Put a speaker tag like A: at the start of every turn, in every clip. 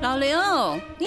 A: 老刘，你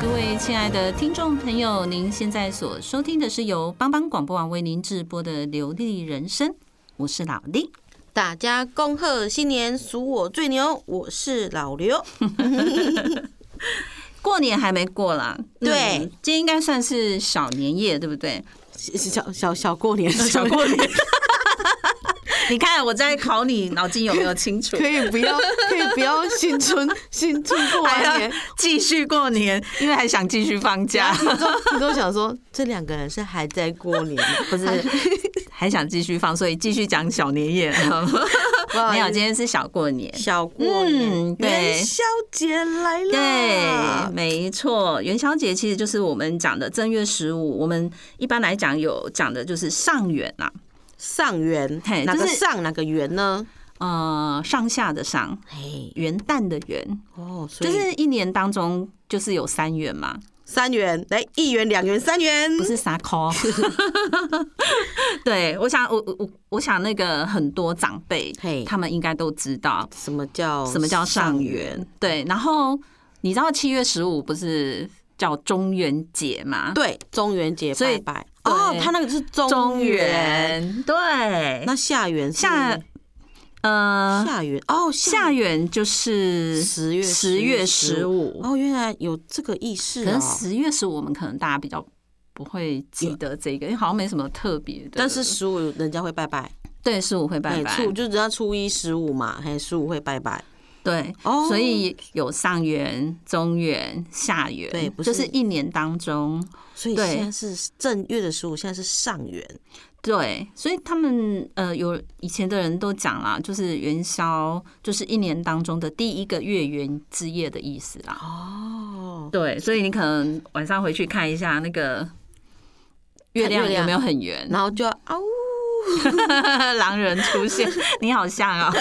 A: 各位亲爱的听众朋友，您现在所收听的是由帮帮广播网为您直播的《流利人生》，我是老李。
B: 大家恭贺新年，数我最牛，我是老刘。
A: 过年还没过啦，
B: 对
A: 嗯今天应该算是小年夜，对不对？
B: 小小小过年，
A: 小过 年。你看我在考你脑筋有没有清楚？
C: 可以不要，可以不要新春新春过完
A: 还要
C: 年，
A: 继续过年， 因为还想继续放假，
C: 你都你都想说这两个人是还在过 年，
A: 不是 还想继续放，所以继续讲小年 夜。
C: 好
A: 没有，
C: 意思
A: 今天是小过年。
B: 小过年，
A: 嗯对
B: 元宵节来
A: 对，
B: 了。
A: 没错，元宵节其实就是我们讲的正月十五。我们一般来讲有讲的就是上元啊啦、
B: 上元
A: 嘿，
B: 哪
A: 就
B: 个
A: 是
B: 上哪个元呢？
A: 呃，上下的上，
B: 嘿，
A: 元旦的元，
B: 哦，所
A: 就
B: 以
A: 是一年当中就是有三元嘛，
B: 三元，来一元、两元、三元，
A: 不是傻 call。对，我想我我我我想那个很多长辈
B: 嘿，
A: 他们应该都知道
B: 什么叫
A: 什么叫上元。对，然后你知道七月十五不是叫中元节吗？
B: 对，中元节
A: 所以
B: 拜拜。
A: 对
B: 哦，他那个是中
A: 中
B: 元，
A: 元对，
B: 那下元是
A: 下呃
B: 下元哦，
A: 下元就是
B: 十月
A: 十月十
B: 十
A: 五，
B: 哦，原来有这个意识
A: 可能
B: 哦。
A: 十月十五我们可能大家比较不会记得这个，因为好像没什么特别的。
B: 但是十五人家会拜拜，
A: 对十五会拜
B: 哎，
A: 拜，
B: 初就人家初一十五嘛，嘿，十五会拜拜，
A: 对，
B: 哦
A: 所以有上元、中元、下元，
B: 对不
A: 就是是一年当中，
B: 所以
A: 对
B: 现在是正月的十五，现在是上元，
A: 对，所以他们呃有以前的人都讲啦，就是元宵就是一年当中的第一个月圆之夜的意思啦。
B: 哦，
A: 对，所以你可能晚上回去看一下那个月亮
B: 看月亮
A: 有没有很圆，
B: 然后就要啊呜，
A: 狼人出现，你好 像啊、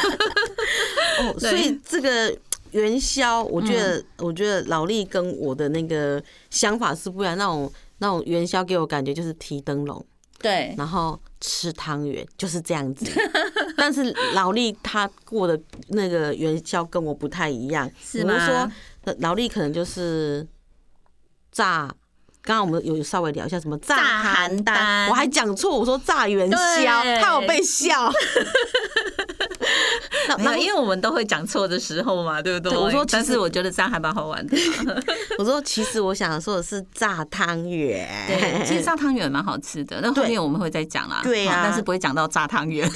B: 哦，所以这个。元宵，我觉得，我觉得老力跟我的那个想法是不一样。那种那种元宵给我感觉就是提灯笼，
A: 对，
B: 然后吃汤圆，就是这样子。 但是老力他过的那个元宵跟我不太一样，
A: 是
B: 我
A: 吗
B: 说呃劳力可能就是炸，刚刚我们有稍微聊一下什么炸
A: 炸
B: 邯
A: 邯郸
B: 郸，我还讲错，我说炸元宵，
A: 对
B: 他有被 笑。那
A: 没有，
B: 那
A: 因为我们都会讲错的时候嘛，对不对？
B: 对我说其实
A: 但是我觉得这样还蛮好玩的。
B: 我说，其实我想说的是炸汤
A: 对，
B: 圆，
A: 其实炸汤圆蛮好吃的，那后
B: 对
A: 面我们会再讲啦。
B: 对
A: 好
B: 啊
A: 但是不会讲到炸汤圆。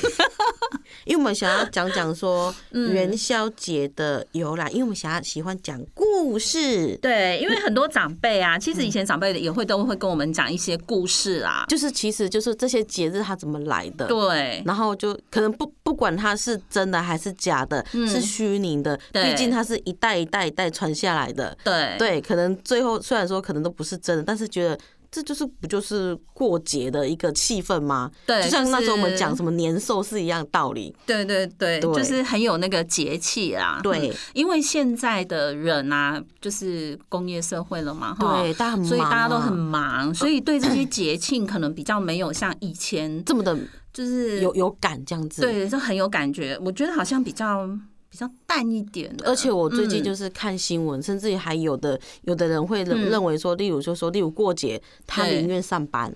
B: 因为我们想要讲讲说
A: 嗯
B: 元宵节的由来，因为我们想要喜欢讲故事，
A: 对，因为很多长辈啊，其实
B: 嗯
A: 以前长辈也会都会跟我们讲一些故事啊。
B: 就是其实就是这些节日它怎么来的，
A: 对，
B: 然后就可能不不管它是真的还是假的，是虚拟的，
A: 嗯对
B: 毕竟它是一代一代一代传下来的。
A: 对，
B: 对，可能最后虽然说可能都不是真的，但是觉得这就是不就是过节的一个气氛吗？
A: 对
B: 就像那时候我们
A: 就是
B: 讲什么年兽是一样的道理。
A: 对，对，对，
B: 对
A: 就是很有那个节气啦。
B: 对
A: 嗯因为现在的人啊，就是工业社会了嘛，哈
B: 对，大家很忙啊
A: 所以大家都很忙，所以对这些节庆可能比较没有像以前
B: 这么的
A: 就是
B: 有有感这样子，，
A: 对，就很有感觉。我觉得好像比较比较淡一点了，
B: 而且我最近
A: 嗯
B: 就是看新闻，甚至于还有的有的人会认
A: 嗯
B: 认为说，例如就说，例如过节，他
A: 对
B: 宁愿上班，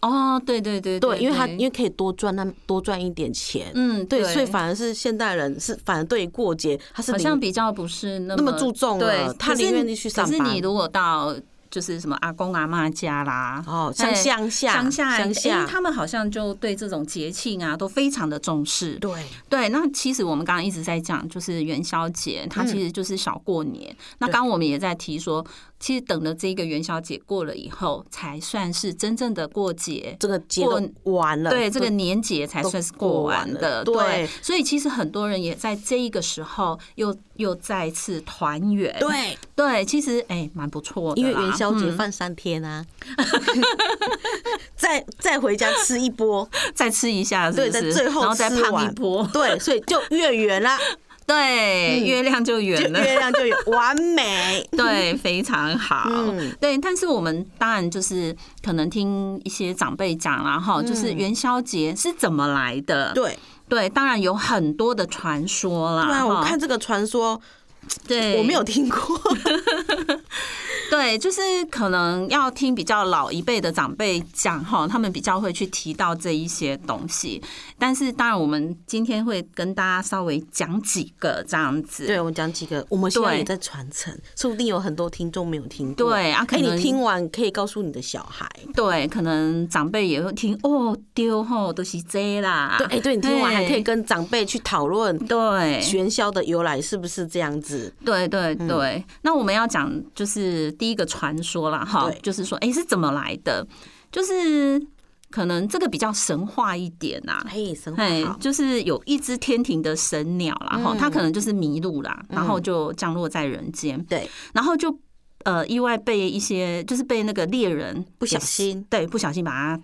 A: 哦，对对对
B: 对，因为他因
A: 为
B: 为可以多赚那多赚一点钱，
A: 嗯
B: 对，
A: 对
B: 所以反而是现代人是反而对过节他是
A: 好
B: 零
A: 像比较不是那么
B: 那么注重了
A: 对，
B: 他
A: 可是
B: 宁愿你去上班
A: 可是你如果到就是什么阿公阿妈家啦，
B: 哦像
A: 哎
B: 乡下
A: 乡下
B: 乡下
A: 哎他们好像就对这种节庆啊都非常的重视。
B: 对
A: 对，那其实我们刚刚一直在讲，就是元宵节，它其
B: 嗯
A: 实就是小过年。那刚刚我们也在提说，其实等了这个元宵节过了以后，才算是真正的过节。
B: 这个节
A: 过
B: 都完了，
A: 对，这个
B: 都
A: 年节才
B: 都
A: 算是
B: 过
A: 过
B: 完
A: 完
B: 了
A: 的。
B: 对
A: 所以其实很多人也在这一个时候又又再次团圆。
B: 对，
A: 对，其实哎，蛮不错的
B: 因
A: 啦。
B: 为元宵节
A: 嗯
B: 放三天啊， 再再回家吃一波，
A: 再吃一下，是
B: 对，
A: 不
B: 在
A: 是？
B: 最后
A: 然后再
B: 吃
A: 胖一
B: 完。
A: 波
B: 对，所以就月圆啦，
A: 对，月亮就
B: 嗯就
A: 圆了。，
B: 月亮就有完美
A: 对，非常好。
B: 嗯
A: 对，但是我们当然就是可能听一些长辈讲啦，哈，就是元宵节是怎么来的？
B: 嗯 对
A: 对，当然有很多的传说啦。
B: 对啊，
A: 哈
B: 我看这个传说
A: 对，
B: 我没有听过，
A: 对，就是可能要听比较老一辈的长辈讲哈，他们比较会去提到这一些东西。但是当然，我们今天会跟大家稍微讲几个这样子。
B: 对，我讲几个，我们现在
A: 对
B: 也在传承，说不定有很多听众没有听过。
A: 对啊可
B: 哎，你
A: 能
B: 听完可以告诉你的小孩。
A: 对可能长辈也会听哦，丢吼都是这啦。
B: 对，哎，对你听完还可以
A: 嘿
B: 跟长辈去讨论
A: 对
B: 元宵的由来是不是这样子？
A: 对对
B: 嗯
A: 对，那我们要讲就是第一个传说啦，哈
B: 对，
A: 就是说，哎、是怎么来的？就是可能这个比较神话一点呐、啊。
B: 嘿，神话
A: 哎
B: 好，
A: 就是有一只天庭的神鸟啦，哈、它可能就是迷路啦，然后就降落在人间，
B: 对，
A: 然后就呃意外被一些就是被那个猎人
B: 不小
A: 给
B: 心
A: 对不小心把它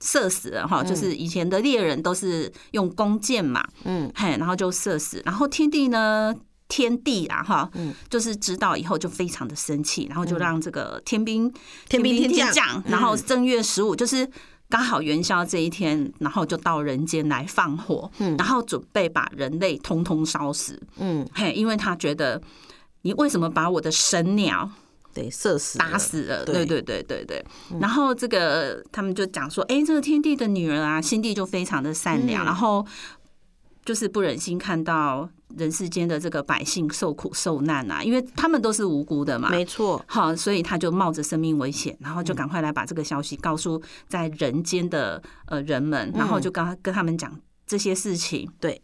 A: 射死了哈，就是以前的猎人都是用弓箭嘛，
B: 嗯，
A: 嘿，然后就射死。然后天帝呢，天帝啊，哈，
B: 嗯
A: 就是知道以后就非常的生气，然后就让这个天兵、
B: 天兵天将嗯
A: 然后正月十五就是。刚好元宵这一天，然后就到人间来放火，
B: 嗯
A: 然后准备把人类通通烧死。
B: 嗯，
A: 嘿，因为他觉得你为什么把我的神鸟
B: 对，射死
A: 打
B: 了
A: 死了？
B: 对
A: 对对对对对。然后这个他们就讲说，哎、这个天帝的女儿啊，心地就非常的善良，然后就是不忍心看到人世间的这个百姓受苦受难啊，因为他们都是无辜的嘛。
B: 没错，
A: 好，所以他就冒着生命危险，然后就赶快来把这个消息告诉在人间的呃人们，然后就跟他跟他们讲这些事情。
B: 对，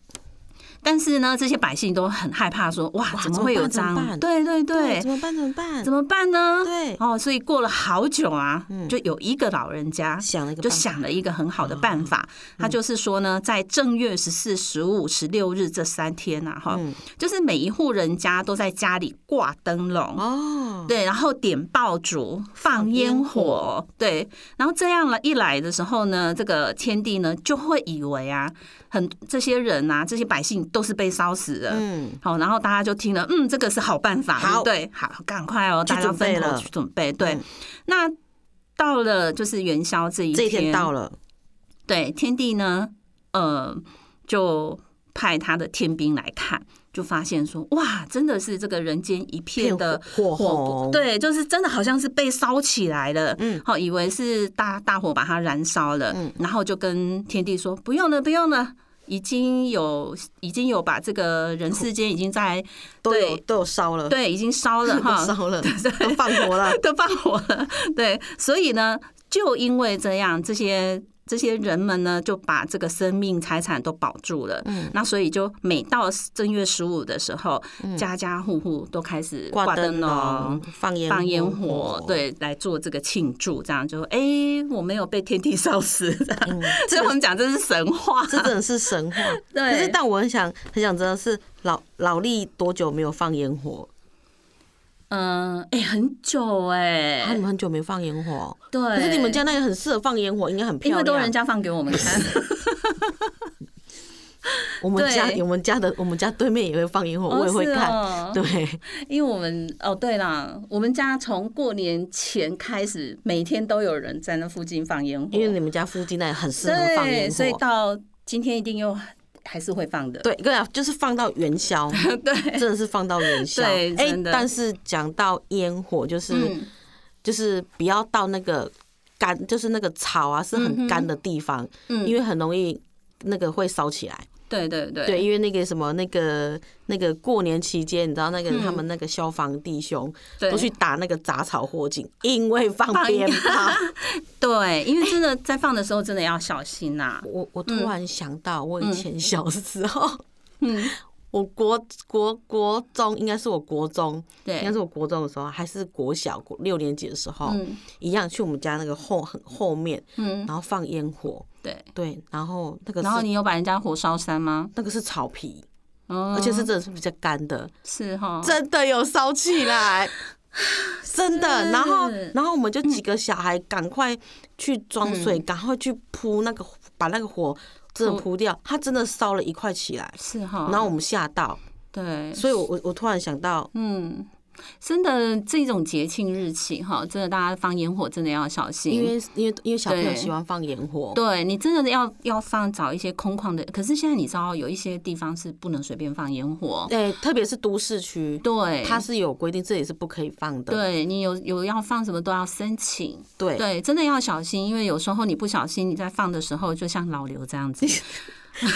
A: 但是呢，这些百姓都很害怕说哇，
B: 哇
A: 怎么会有这
B: 怎么办怎么
A: 样？
B: 办
A: 对对对，
B: 怎么办？怎么办？
A: 怎么办呢？
B: 对
A: 哦，所以过了好久啊，
B: 嗯
A: 就有一个老人家
B: 想了一个
A: 就
B: 办法嗯
A: 想了一个很好的办法，他就是说呢，在正月十四、十五、十六日这三天啊，哈、
B: 嗯
A: 就是每一户人家都在家里挂灯笼。
B: 哦，
A: 对，然后点爆竹、放
B: 烟
A: 烟
B: 火
A: 火，对，然后这样了一来的时候呢，这个天帝呢就会以为啊，很这些人啊，这些百姓都是被烧死的，
B: 嗯，
A: 好，然后大家就听了，嗯，这个是好办法，
B: 好
A: 对，好，赶快哦，
B: 去
A: 大家
B: 准备
A: 分头
B: 了
A: 去准备。对，
B: 嗯
A: 那到了就是元宵这一
B: 这
A: 天，
B: 一天到了，
A: 对，天帝呢，呃，就派他的天兵来看，就发现说，哇，真的是这个人间一片的
B: 片火火红
A: 对，就是真的好像是被烧起来了，
B: 嗯
A: 好，以为是大大火把它燃烧了，
B: 嗯
A: 然后就跟天帝说，不用了，不用了。已经有已经有把这个人世间已经在
B: 都有
A: 对
B: 都有烧了，，
A: 对已经烧了
B: 都
A: 哈，
B: 呃 烧了，都放火 了，
A: 都放火了。对，所以呢，就因为这样，这些这些人们呢，就把这个生命财产都保住了。嗯，那所以就每到正月十五的时候，家家户户都开始
B: 嗯挂灯
A: 灯
B: 笼
A: 笼。，
B: 放烟
A: 放烟火，，对，来做这个庆祝，这样就哎、我没有被天地烧死，这样 所以我们讲这是神话，
B: 嗯这真的是神话。
A: 对
B: 可是但我很想很想知道是老老力多久没有放烟火？
A: 嗯，哎、很久哎、
B: 啊，你们很久没放烟火，哦
A: 对，
B: 可是你们家那个很适合放烟火，应该很漂
A: 因
B: 亮。
A: 为都人家放给我们看，
B: 我们家
A: 对
B: 我们家的我们家对面也会放烟火，
A: 哦
B: 我也会
A: 是
B: 看。
A: 哦
B: 对，
A: 因为我们哦，对啦，我们家从过年前开始，每天都有人在那附近放烟火，
B: 因为你们家附近那里很适合放烟
A: 对，
B: 火，
A: 所以到今天一定又还是会放的。
B: 对，对啊，就是放到元 宵，
A: 对，
B: 真的是放到元宵。
A: 对
B: 哎
A: 真，的
B: 但是讲到烟火，就是
A: 嗯，
B: 就是不要到那个干，就是那个草啊是很干的地方，
A: 嗯
B: 因为很容易那个会烧起来。
A: 对对对
B: 对，因为那个什么那个那个过年期间，你知道那个
A: 嗯
B: 他们那个消防弟兄
A: 对
B: 都去打那个杂草火警，因为放
A: 放
B: 鞭炮。
A: 对，因为真的在放的时候真的要小心呐、
B: 我我突然想到，我以前小时候，
A: 嗯，
B: 我国国国中应该是我国中，
A: 嗯对
B: 应该是我国中的时候，还是国小国六年级的时候，
A: 嗯
B: 一样去我们家那个后很后面，
A: 嗯
B: 然，后放烟火，
A: 对。
B: 对，然后那个
A: 然后
B: 是
A: 你有把人家火烧山吗？
B: 那个是草皮，
A: 嗯，
B: 而且是真的是比较干的，
A: 是哈，
B: 真的有烧起 来，真的。然后，然后我们就几个小孩赶快去装水，
A: 嗯
B: 赶快去扑那个，把那个火真的扑掉。它真的烧了一块起来，
A: 是哈，
B: 然后我们吓到，
A: 对，
B: 所以我我我突然想到，
A: 哦嗯，真的这种节庆日期哈，真的大家放烟火真的要小心，
B: 因为因为因为小朋友
A: 对
B: 喜欢放烟火，
A: 对你真的要要放找一些空旷的，可是现在你知道有一些地方是不能随便放烟火，
B: 对，哎特别是都市区，
A: 对，
B: 它是有规定这里是不可以放的，
A: 对你有有要放什么都要申请，
B: 对
A: 对，真的要小心，因为有时候你不小心你在放的时候，就像老刘这 样子，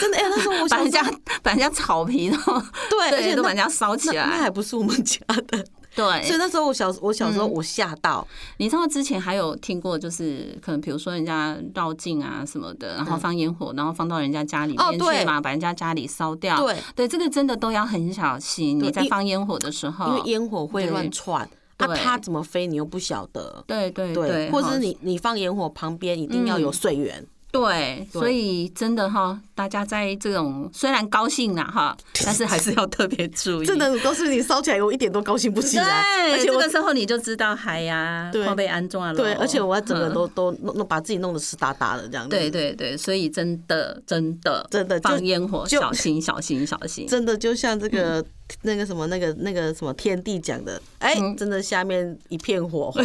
B: 真的哎，那时候我
A: 把
B: 想
A: 人家 把人家草皮都
B: 对，而
A: 对
B: 且那
A: 都把人家烧起
B: 那那
A: 来，哎
B: 还不是我们家的，
A: 对，
B: 所以那时候我小我小时
A: 嗯
B: 候我吓到，
A: 你知道之前还有听过，就是可能比如说人家绕境啊什么的，然后放烟火，然后放到人家家里
B: 嗯哦
A: 面
B: 对
A: 去嘛，把人家家里烧掉。
B: 对
A: 这个真的都要很小心。
B: 对
A: 你在
B: 因
A: 放烟火的时候，
B: 因为烟火会
A: 对
B: 乱窜，啊，
A: 对
B: 它怎么飞你又不晓得。
A: 对对
B: 对，
A: 对，
B: 或者
A: 哈
B: 是
A: 嗯
B: 你你放烟火旁边一定要有水源，
A: 对，所以真的哈，大家在这种虽然高兴 啦哈，但是还是要特别注意。
B: 真的，我告诉你，烧起来我一点都高兴不起来，
A: 对，
B: 而且
A: 这
B: 我
A: 个时候你就知道，嗨呀，
B: 对
A: 快被安装了。啊
B: 对，而且我还整个
A: 嗯
B: 都都弄弄把自己弄得湿哒哒的这样子，
A: 对，对对，所以真的真的
B: 真的就
A: 放烟火，
B: 就
A: 小心小心小心。
B: 真的就像这个
A: 嗯
B: 那个什么那个那个什么天地讲的，哎，
A: 嗯
B: 真的下面一片火红，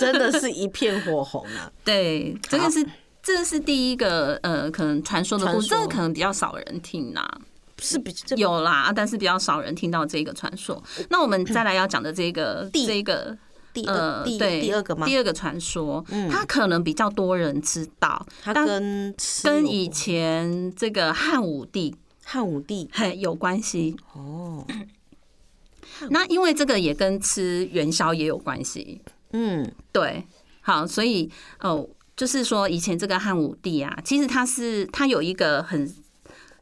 B: 真的是一片火红啊，
A: 对，这个是这是第一个呃，可能传说的故事，这
B: 传说
A: 个可能比较少人听啦，
B: 是比这
A: 有啦，但是比较少人听到这个传说。那我们再来要讲的这个
B: 地
A: 这个。
B: 第二
A: 呃，
B: 第
A: 对，
B: 第二个吗？嗯
A: 第二个传说，它可能比较多人知道，
B: 它
A: 但
B: 跟蚩
A: 跟
B: 尤
A: 以前这个汉武帝
B: 汉武帝
A: 嘿有关系。
B: 哦，
A: 那因为这个也跟吃元宵也有关系，
B: 嗯，
A: 对，好，所以哦，就是说以前这个汉武帝啊，其实他是他有一个很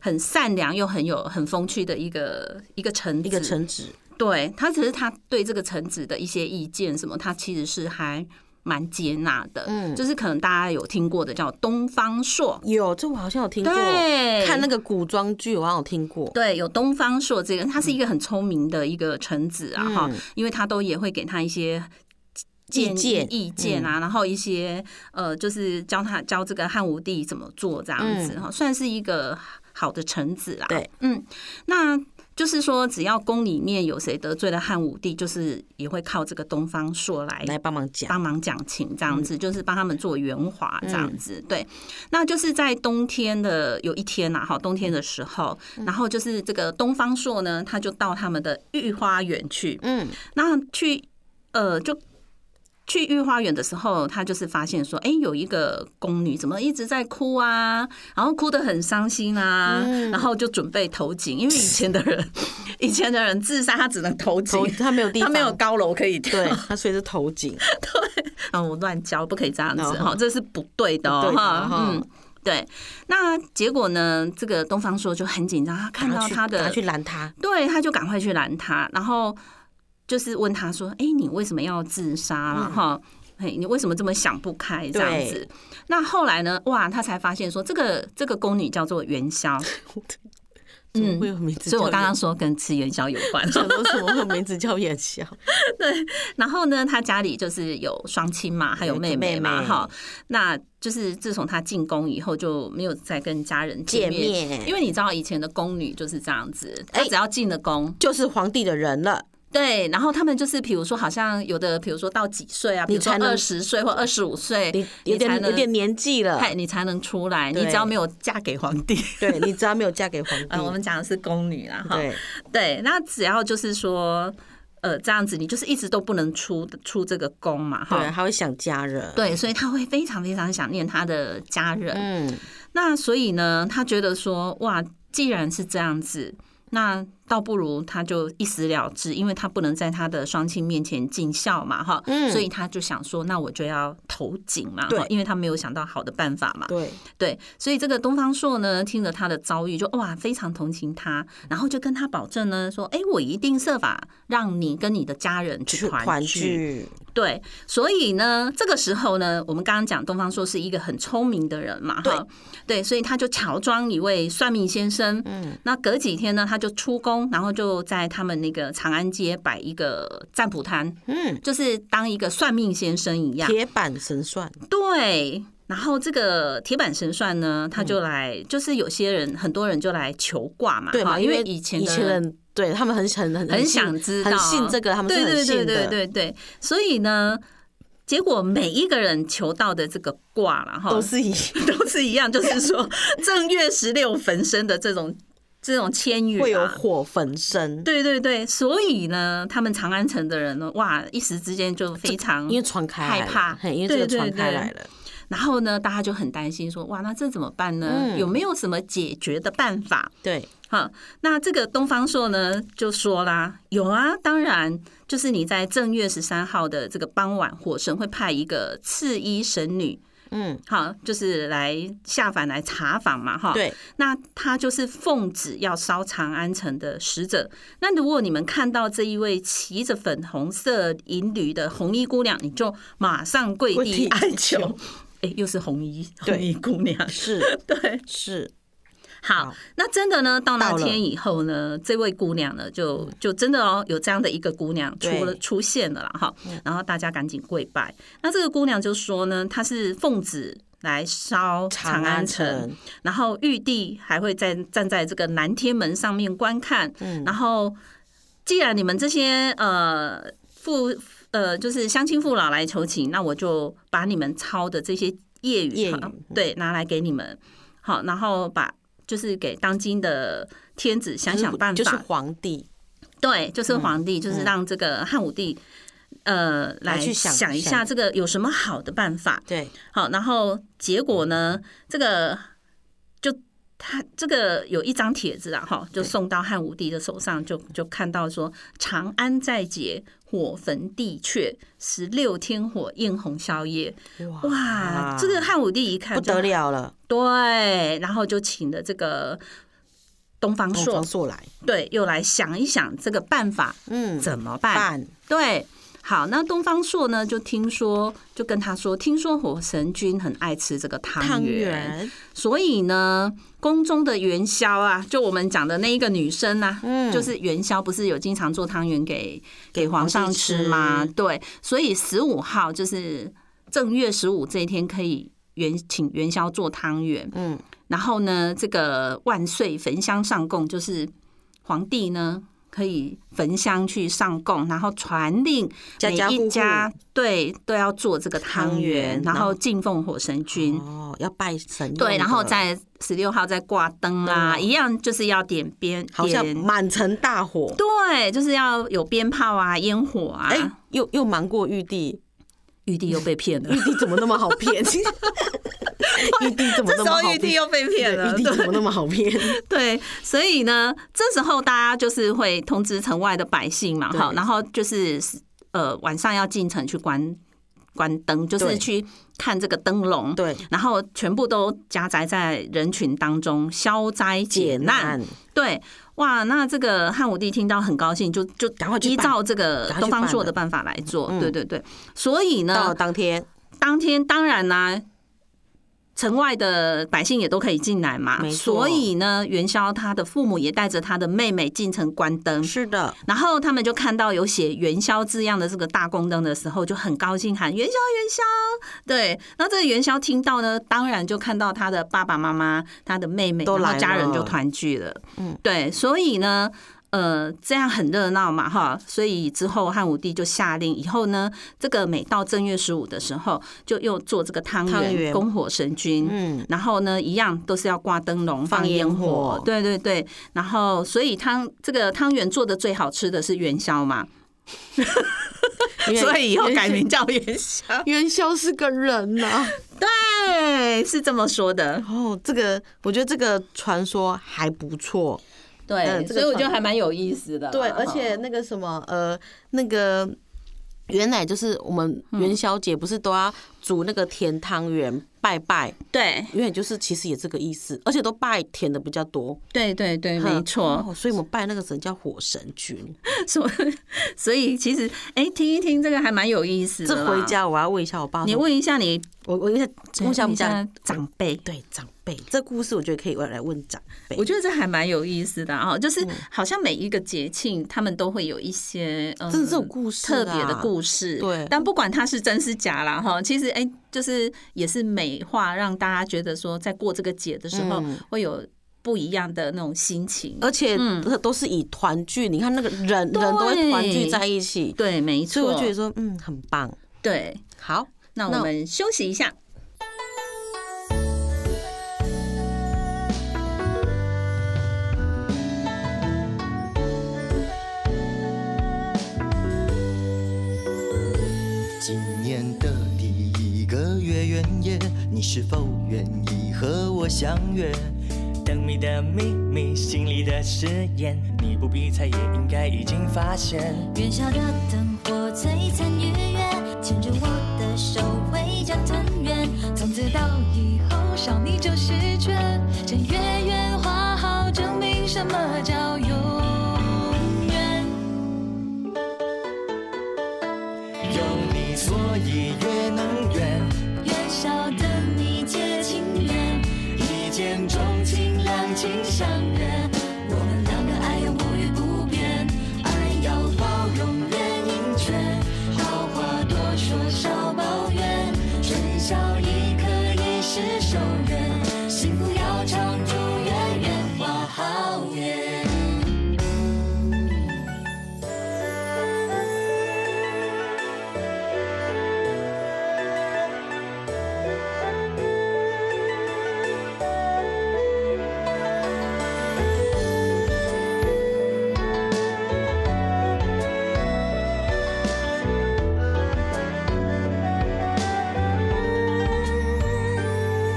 A: 很善良又很有很风趣的一个一个臣子，
B: 一个臣子，
A: 对他只是他对这个臣子的一些意见什么，他其实是还蛮接纳的，
B: 嗯
A: 就是可能大家有听过的叫东方朔，
B: 有这我好像有听过，
A: 对，
B: 看那个古装剧我好像有听过，
A: 对，有东方朔这个，他是一个很聪明的一个臣子啊，哈、
B: 嗯
A: 因为他都也会给他一些
B: 意
A: 建议
B: 见
A: 意
B: 嗯
A: 见啊，然后一些呃，就是教他教这个汉武帝怎么做这样子哈、算是一个好的臣子啦。
B: 对，
A: 嗯，那。就是说，只要宫里面有谁得罪了汉武帝，就是也会靠这个东方朔来
B: 嗯来帮忙讲，
A: 帮忙讲情这样
B: 嗯
A: 子，就是帮他们做圆滑这样子。对，那就是在冬天的有一天呐、啊哈，冬天的时候，
B: 嗯
A: 然后就是这个东方朔呢，他就到他们的御花园去，
B: 嗯，
A: 那去呃就。去御花园的时候，他就是发现说，哎、有一个宫女怎么一直在哭啊，然后哭得很伤心啊，
B: 嗯
A: 然后就准备投井，因为以前的人， 以前的人自杀他只能投井
B: 头， 他没有地
A: 他
B: 方，
A: 没有高楼可以跳
B: 对，他所以是头颈，
A: 啊，我乱教，不可以这样子
B: 哦
A: 哈，这是不对的
B: 不
A: 哦
B: 对的
A: 哈。
B: 哈
A: 嗯，对。那结果呢？这个东方朔就很紧张，他 看
B: 然
A: 到
B: 后去
A: 他
B: 然
A: 的
B: 后，去拦他，
A: 对，他就赶快去拦他，然后就是问他说：“哎，你为什么要自杀
B: 嗯
A: 了？哈、嘿，你为什么这么想不开这样子？”那后来呢？哇，他才发现说，这个这个宫女叫做 元宵，
B: 怎么会有名字叫
A: 嗯所以
B: 元？
A: 我刚刚说跟吃元宵有 关。
B: 想说什么会有名字叫元宵？
A: 然后呢，他家里就是有双亲嘛，还有妹妹嘛，
B: 妹妹
A: 哈。那就是自从他进宫以后，就没有再跟家人见面，
B: 见面
A: 因为你知道以前的宫女就是这样子，
B: 哎
A: 她只要进了宫，
B: 就是皇帝的人了，
A: 对，然后他们就是比如说，好像有的比如说到几岁啊，比
B: 你
A: 如说
B: 才能
A: 二十岁或二十五岁，
B: 你有
A: 才
B: 点
A: 能
B: 有点年纪了，
A: 嗨，你才能出来，你
B: 对嗯
A: 只要没有嫁给皇 帝。
B: 对你 只要没有嫁给皇
A: 呃，我
B: 帝，
A: 们讲的是宫女啦，哈，
B: 对，
A: 对，那只要就是说，呃这样子，你就是一直都不能出出这个宫嘛，
B: 对，
A: 哈。
B: 还会想家人，，
A: 对，所以他会非常非常想念他的家人。
B: 嗯，
A: 那所以呢，他觉得说，哇，既然是这样子，那倒不如他就一死了之，因为他不能在他的双亲面前尽孝嘛，哈，
B: 嗯
A: 所以他就想说，那我就要投井嘛，
B: 对
A: 哈，因为他没有想到好的办法嘛，
B: 对，
A: 对，所以这个东方朔呢，听了他的遭遇就，哇，非常同情他，然后就跟他保证呢，说，哎，我一定设法让你跟你的家人去
B: 去
A: 团
B: 团
A: 聚，
B: 聚，
A: 对，所以呢，这个时候呢，我们刚刚讲东方朔是一个很聪明的人嘛，哈，对，所以他就乔装一位算命先生，嗯，那隔几天呢，他就出宫，然后就在他们那个长安街摆一个占卜摊，
B: 嗯，
A: 就是当一个算命先生一样，
B: 铁板神算，
A: 对。然后这个铁板神算呢，
B: 嗯
A: 他就来，就是有些人，很多人就来求卦嘛，
B: 对
A: 哈
B: 嘛？
A: 因
B: 因
A: 为
B: 为
A: 以前
B: 以
A: 的
B: 前人对他们很很很
A: 很
B: 信
A: 想知道，
B: 很信这个，他们是
A: 对
B: 很
A: 对对
B: 信
A: 对
B: 的，
A: 对对，所以呢，结果每一个人求到的这个卦了哈，
B: 都是一
A: 都是一样，就 是说正月十六焚身的这种这种千语、啊、
B: 会有火焚身，
A: 对对对，所以呢，他们长安城的人呢，哇，一时之间就非常
B: 因为传开
A: 害
B: 来了
A: 怕
B: 嘿因为这
A: 对
B: 个
A: 对
B: 传开
A: 对
B: 来了，
A: 然后呢，大家就很担心说，哇，那这怎么办呢？
B: 嗯
A: 有没有什么解决的办法？
B: 对，
A: 哈，那这个东方朔呢就说啦，有啊，当然就是你在正月十三号的这个傍晚，火神会派一个赤衣神女，
B: 嗯，
A: 哈，就是来下凡来查访嘛，哈。。
B: 对，
A: 那他就是奉旨要烧长安城的使者。那如果你们看到这一位骑着粉红色银驴的红衣姑娘，你就马上跪
B: 跪
A: 地
B: 地
A: 哀
B: 哀
A: 求
B: 求。
A: 哎、又是红衣
B: 对
A: 红衣姑娘，
B: 是
A: 对，
B: 是，
A: 好
B: 好，
A: 那真的呢，到那
B: 到了嗯
A: 天以后呢，这位姑娘呢，就就真的哦，有这样的一个姑娘出了
B: 对嗯
A: 出现了啦哈，然后大家赶紧跪拜。那这个姑娘就说呢，她是奉旨来烧长安城，，然后玉帝还会在站在这个南天门上面观看，
B: 嗯
A: 然后既然你们这些呃父呃就是乡亲父老来求情，那我就把你们抄的这些业余
B: 业余
A: 好对拿来给你们，好，然后把就是给当今的天子想
B: 就是
A: 想办法，
B: 就是皇帝，
A: 对，就是皇帝，就是
B: 嗯
A: 让这个汉武帝。呃，来
B: 来去想
A: 一下
B: 想
A: 这个有什么好的办法？
B: 对，
A: 好，然后结果呢，这个就他这个有一张帖子啊，哈，就送到汉武帝的手上，就就看到说长安在劫，火焚帝阙，十六天火映红宵夜。哇，这个汉武帝一看
B: 不
A: 就
B: 得，了了，
A: 对，然后就请了这个东方
B: 东
A: 朔
B: 方，朔来，
A: 对，又来想一想这个办法
B: 嗯，
A: 怎么办。
B: 办？
A: 对，好，那东方朔呢，就听说，就跟他说，听说火神君很爱吃这个汤
B: 汤
A: 圆，
B: 圆，
A: 所以呢，宫中的元宵啊，就我们讲的那一个女生啊，
B: 嗯
A: 就是元宵不是有经常做汤圆给给皇
B: 皇帝
A: 上吃吗？
B: 吃
A: 对，所以十五号就是正月十五这一天可以元请元宵做汤圆，
B: 嗯，
A: 然后呢，这个万岁焚香上供，就是皇帝呢可以焚香去上供，然后传令
B: 家
A: 每
B: 家户
A: 一
B: 户
A: 家对都要做这个汤
B: 汤
A: 圆
B: 圆，
A: 然
B: 然
A: 后
B: 后
A: 敬奉火神君。
B: 哦，要拜神，
A: 对，然后。在十六号再挂灯啦，
B: 对
A: 一样就是要点鞭，
B: 好像
A: 点
B: 满城大火，
A: 对，就是要有鞭炮啊、烟火啊。
B: 哎、又又瞒过玉帝，
A: 玉帝又被骗了，
B: 玉帝怎么那么好 骗？玉帝怎么 那
A: 这时
B: 么好
A: 候
B: 骗？
A: 玉帝又被骗
B: 对
A: 了，
B: 玉帝
A: 对
B: 怎么那么好骗？
A: 对，所以呢，这时候大家就是会通知城外的百姓嘛，
B: 对
A: 哈，然后就是呃晚上要进城去观观灯，就是
B: 对
A: 去看这个灯笼，
B: 对，
A: 然后全部都夹杂在人群当中消灾解
B: 解
A: 难。
B: 难，
A: 对，哇，那这个汉武帝听到很高兴，就就
B: 赶快去
A: 依
B: 办
A: 照这个
B: 赶快去
A: 东方
B: 办
A: 朔
B: 了
A: 的办法来做，
B: 嗯
A: 对对对，所以呢，
B: 到了当天，
A: 当天当然啦、城外的百姓也都可以进来嘛，
B: 没错
A: 所以呢，元宵他的父母也带着他的妹妹进城观灯，
B: 是的，
A: 然后他们就看到有写“元宵”字样的这个大宫灯的时候，就很高兴喊“元宵，元宵”。对，然后这个元宵听到呢，当然就看到他的爸爸妈妈、他的妹妹，
B: 都
A: 然
B: 来
A: 后
B: 了
A: 家人就团聚了。
B: 嗯，
A: 对，所以呢。呃，这样很热闹嘛，哈，所以之后汉武帝就下令，以后呢，这个每到正月十五的时候，就又做这个汤
B: 汤
A: 圆
B: 圆
A: 供火神君，
B: 嗯，
A: 然后呢，一样都是要挂灯笼、
B: 放
A: 放
B: 烟
A: 烟火
B: 火，
A: 对对对。然后，所以汤这个汤圆做的最好吃的是元宵嘛，所以以后改名叫元 宵。
C: 元宵是个人呐、
A: 对，是这么说的。
B: 哦，这个我觉得这个传说还不错。啊
A: 对，
B: 嗯这
A: 所
B: 个
A: 以我觉得还蛮有意思的。嗯
B: 对，而且那个什么，呃，那个原来就是我们元宵节不是都要煮那个甜汤圆拜拜，
A: 对
B: 原来就是其实也这个意思，而且都拜甜的比较多。
A: 对对对，没错。
B: 哦所以我们拜那个神叫火神君。
A: 所以所以其实，哎，听一听这个还蛮有意思的。
B: 这回，家我要问一下我爸说，
A: 你问一下你，
B: 我我问一下问一下我们家
A: 问一下长辈
B: 对长辈这故事，我觉得可以来问长辈。
A: 我觉得这还蛮有意思的啊，就是好像每一个节庆，他们都会有一些嗯，
B: 真的是有故事
A: 特
B: 的
A: 别的
B: 啊
A: 故事。
B: 对
A: 但不管它是真是假啦，哈，其实哎、就是也是美化，让大家觉得说，在过这个节的时候、
B: 嗯
A: 会有不一样的那种心情。
B: 而且
A: 嗯
B: 这都是以团聚，你看那个人人都会团聚在一起，
A: 对，没
B: 所以我
A: 错
B: 觉，得说，嗯，很棒。
A: 对。
B: 好，
A: 那我
B: 那
A: 们休息一下。
D: 今年的第一个月圆夜，你是否愿意和我相约？
E: 灯谜的秘密，心里的誓言，你不必猜，也应该已经发现。
F: 元宵的灯火璀璨愉悦，牵着我的手，围着团圆。从此到以后，少你就是缺，这月圆花好，证明什么叫永远。
E: 有你，所以越能圆，
F: 元宵的你结情缘，
E: 一见钟情，两情相悦。
F: 我们两个爱要无语不变，爱要包容人盈缺，好话多说少抱怨，春宵一刻一世守人，幸福要常驻，月圆花好圆。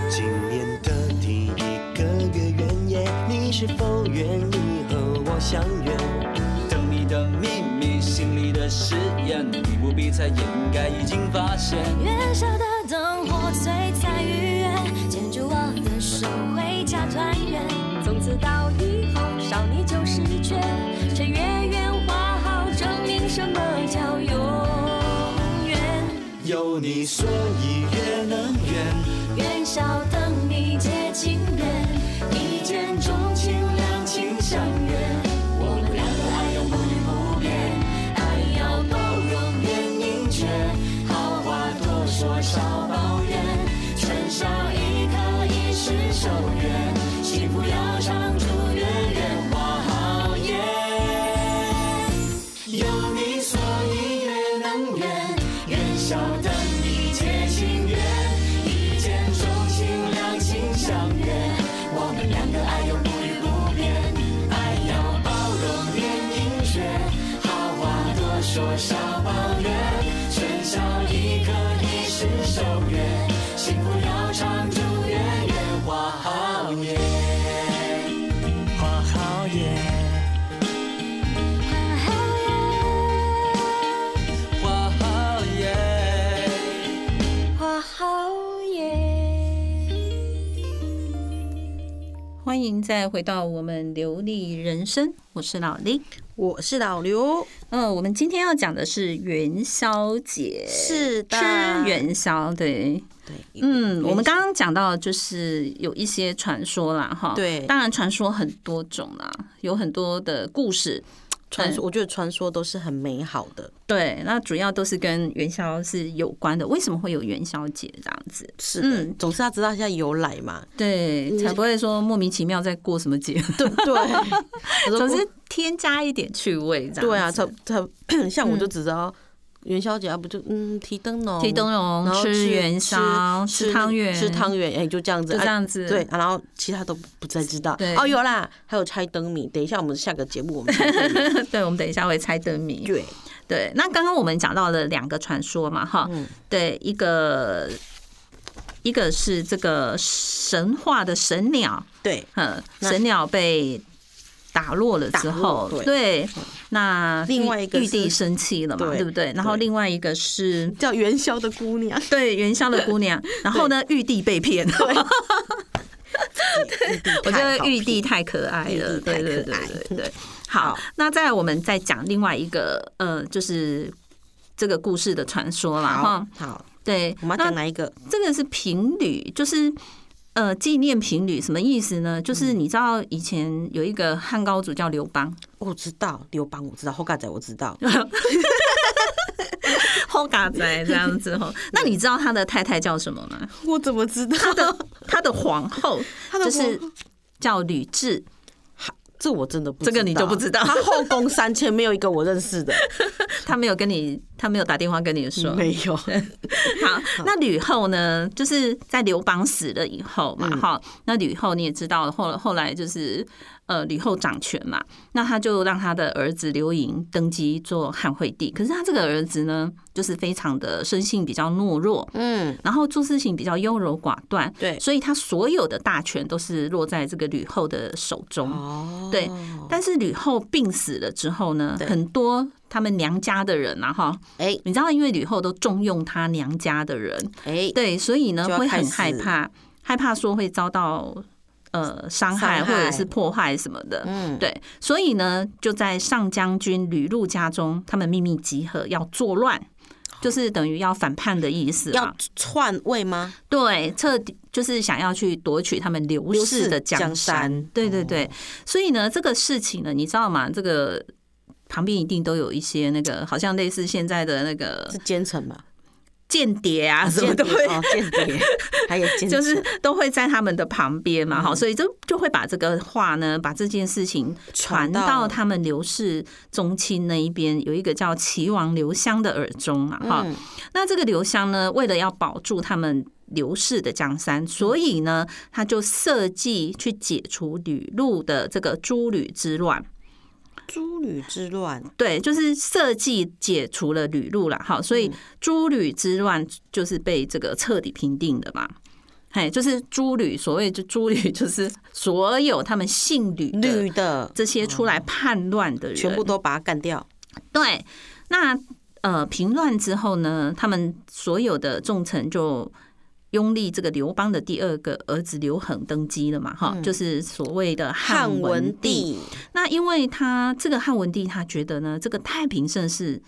D: 今年的第一个月圆夜，你是否愿意和我相约？
E: 等你的秘密，心里的誓言，你不必猜，也应该已经发现。
F: 元宵的灯火璀璨愉悦，牵着我的手回家团圆。从此到以后，少你就是缺，这月圆花好，证明什么叫永远。
E: 有你，所以越能圆，
F: 元宵等你结情缘，一见钟情，两情相悦。我们两个爱要不离不变，爱要包容人盈缺，好话多说少抱怨，春宵一刻一世守约，幸福要常驻，月圆花好夜。有你，所以越能圆。元宵等你结情缘，一见钟情，两情相悦。我们两个爱又不离不变，爱要包容连盈缺，好话多说少抱怨，春宵一刻一世守约，幸福要常驻，月圆花好夜，
E: 花好夜。
F: 花好
E: 花好夜，
F: 夜，花好夜。
A: 欢迎再回到我们流利人生，我是老李。
B: 我是老刘，
A: 嗯，我们今天要讲的是元宵节，
B: 是的，
A: 吃元宵，对，
B: 对，
A: 嗯，我
B: 元
A: 们
B: 宵
A: 刚刚讲到就是有一些传说啦，哈，
B: 对
A: 当然传说很多种啦，有很多的故事，呃
B: 传说，我觉得传说都是很美好的。
A: 对，那主要都是跟元宵是有关的。为什么会有元宵节这样子？
B: 是的，
A: 嗯
B: 总是要知道一下由来 嘛。
A: 对，才不会说莫名其妙在过什么节，
B: 对 对，
A: 总是添加一点趣味，这样
B: 对啊，
A: 子
B: 差不差不像我就只知道元宵节，要不就嗯提灯笼，
A: 嗯提灯笼
B: 然后
A: 吃
B: 吃
A: 元宵
B: 吃
A: 吃汤圆
B: 吃汤圆，哎，就这样子，
A: 就这
B: 哎
A: 样子
B: 对，啊然后其他都不再知道
A: 对。
B: 哦，有 啦，还有猜灯谜，等一下我们下个节目我们猜灯谜
A: 对，我们等一下会猜灯谜。
B: 对，
A: 对，那刚刚我们讲到了两个传说嘛，哈，
B: 嗯
A: 对，一个一个是这个神话的神鸟，
B: 对，
A: 嗯，
B: 那
A: 神鸟被打落了之后
B: 打落，对嗯
A: 对，那
B: 另
A: 玉
B: 外一个
A: 玉帝
B: 是
A: 生气了嘛，
B: 对
A: 对不对？然后
B: 对
A: 另外一个是
B: 叫元宵的姑 娘，
A: 对元宵的 姑娘，然后呢，玉帝被骗， 我觉得玉帝太可爱了，
B: 玉帝太
A: 对对
B: 可
A: 对
B: 爱嗯
A: 对对。好，那再来我们再讲另外一个，呃，就是这个故事的传说啦，
B: 好
A: 哈，
B: 好，
A: 对，
B: 我们要
A: 那
B: 讲哪一个？
A: 这个是平旅，就是呃纪念平旅，什么意思呢？就是
B: 嗯
A: 你知道以前有一个汉高祖叫刘 邦，
B: 我知道刘邦，我知道后盖仔，我知 道，
A: 后嘎仔这样子 哦。那你知道他的太太叫什么吗？
B: 我怎么知道？
A: 他的他的皇后
B: 他的
A: 就
B: 皇
A: 是
B: 后
A: 叫吕雉，
B: 这我真的不
A: 这个你都不知道
B: 他后宫三千没有一个我认 识的，
A: 他没有跟你，他没有打电话跟你说。
B: 没 有。
A: 好， 那吕后呢？就是在刘邦死了以后
B: 嗯
A: 嘛，哈、那吕后你也知道，后后来就是呃，吕后掌权嘛，那他就让他的儿子刘盈登基做汉惠帝。可是他这个儿子呢，就是非常的生性比较懦弱，
B: 嗯，
A: 然后做事情比较优柔寡断，
B: 对
A: 所以他所有的大权都是落在这个吕后的手中。
B: 哦
A: 对，但是吕后病死了之后呢，
B: 对
A: 很多他们娘家的人啊，哈，
B: 哎
A: 你知道，因为吕后都重用她娘家的人，
B: 哎，
A: 对，所以呢
B: 就要
A: 会很
B: 开
A: 害
B: 始
A: 怕，害怕说会遭到呃伤害
B: 伤
A: 或
B: 害
A: 者是迫害什么的。
B: 嗯，
A: 对，所以呢，就在上将军吕禄家中，他们秘密集合要作乱，就是等于要反叛的啊意思
B: 哦要
A: 嘛。
B: 篡位吗？
A: 对，彻底就是想要去夺取他们刘
B: 刘
A: 氏
B: 氏
A: 的
B: 江
A: 江
B: 山哦
A: 山。对对对，所以呢，这个事情呢，你知道吗？这个旁边一定都有一些那个，好像类似现在的那个
B: 是奸臣吗？
A: 间谍啊 什么
B: 间
A: 都
B: 谍
A: 会。
B: 哦，间谍，还有奸臣，
A: 就是嗯都会在他们的旁边嘛，哈、所以就就会把这个话呢，把这件事情
B: 传
A: 传到
B: 到
A: 他们刘氏宗亲那一边，有一个叫齐王刘襄的耳中嘛，哈、
B: 嗯
A: 那这个刘襄呢，为了要保住他们刘氏的江山，所以呢，他就设计去解除吕禄的这个诸吕之乱。
B: 诸吕之乱，
A: 对，就是设计解除了吕禄啦，哈，所以
B: 嗯
A: 诸吕之乱就是被这个彻底平定的嘛。哎，就是诸吕，所谓就诸吕，就是所有他们姓吕
B: 女
A: 的
B: 的
A: 这些出来叛乱的人，
B: 哦全部都把他干掉。
A: 对，那呃，平乱之后呢，他们所有的重臣就拥立这个刘邦的第二个儿子刘恒登基了嘛，哈、就是所谓的
B: 嗯汉
A: 文
B: 文。帝
A: 那因为他这个汉文帝，他觉得呢，这个太平盛世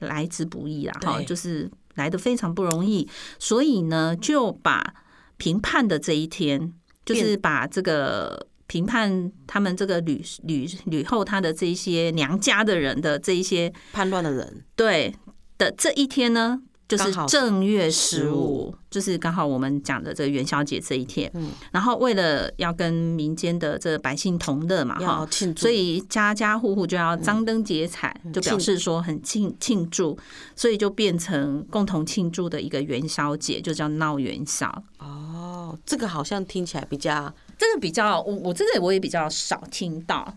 A: 来之不易啊，哈，
B: 对
A: 就是来的非常不容易，所以呢，就把评判的这一天，就是把这个评判他们这个吕吕吕后她的这一些娘家的人的这一些
B: 叛乱的人，
A: 对的这一天呢，就是
B: 刚好
A: 正月十
B: 十
A: 五
B: 五，
A: 就是刚好我们讲的这个元宵节这一天。
B: 嗯
A: 然后为了要跟民间的这个百姓同乐嘛，
B: 要
A: 哈。
B: 庆祝，
A: 啊所以家家户户就要张灯结彩，就表
B: 庆
A: 示说很嗯庆庆祝，所以就变成共同庆祝的一个元宵节，就叫闹元宵。
B: 哦，这个好像听起来比较
A: 这个比较，我我真的我也比较少听到，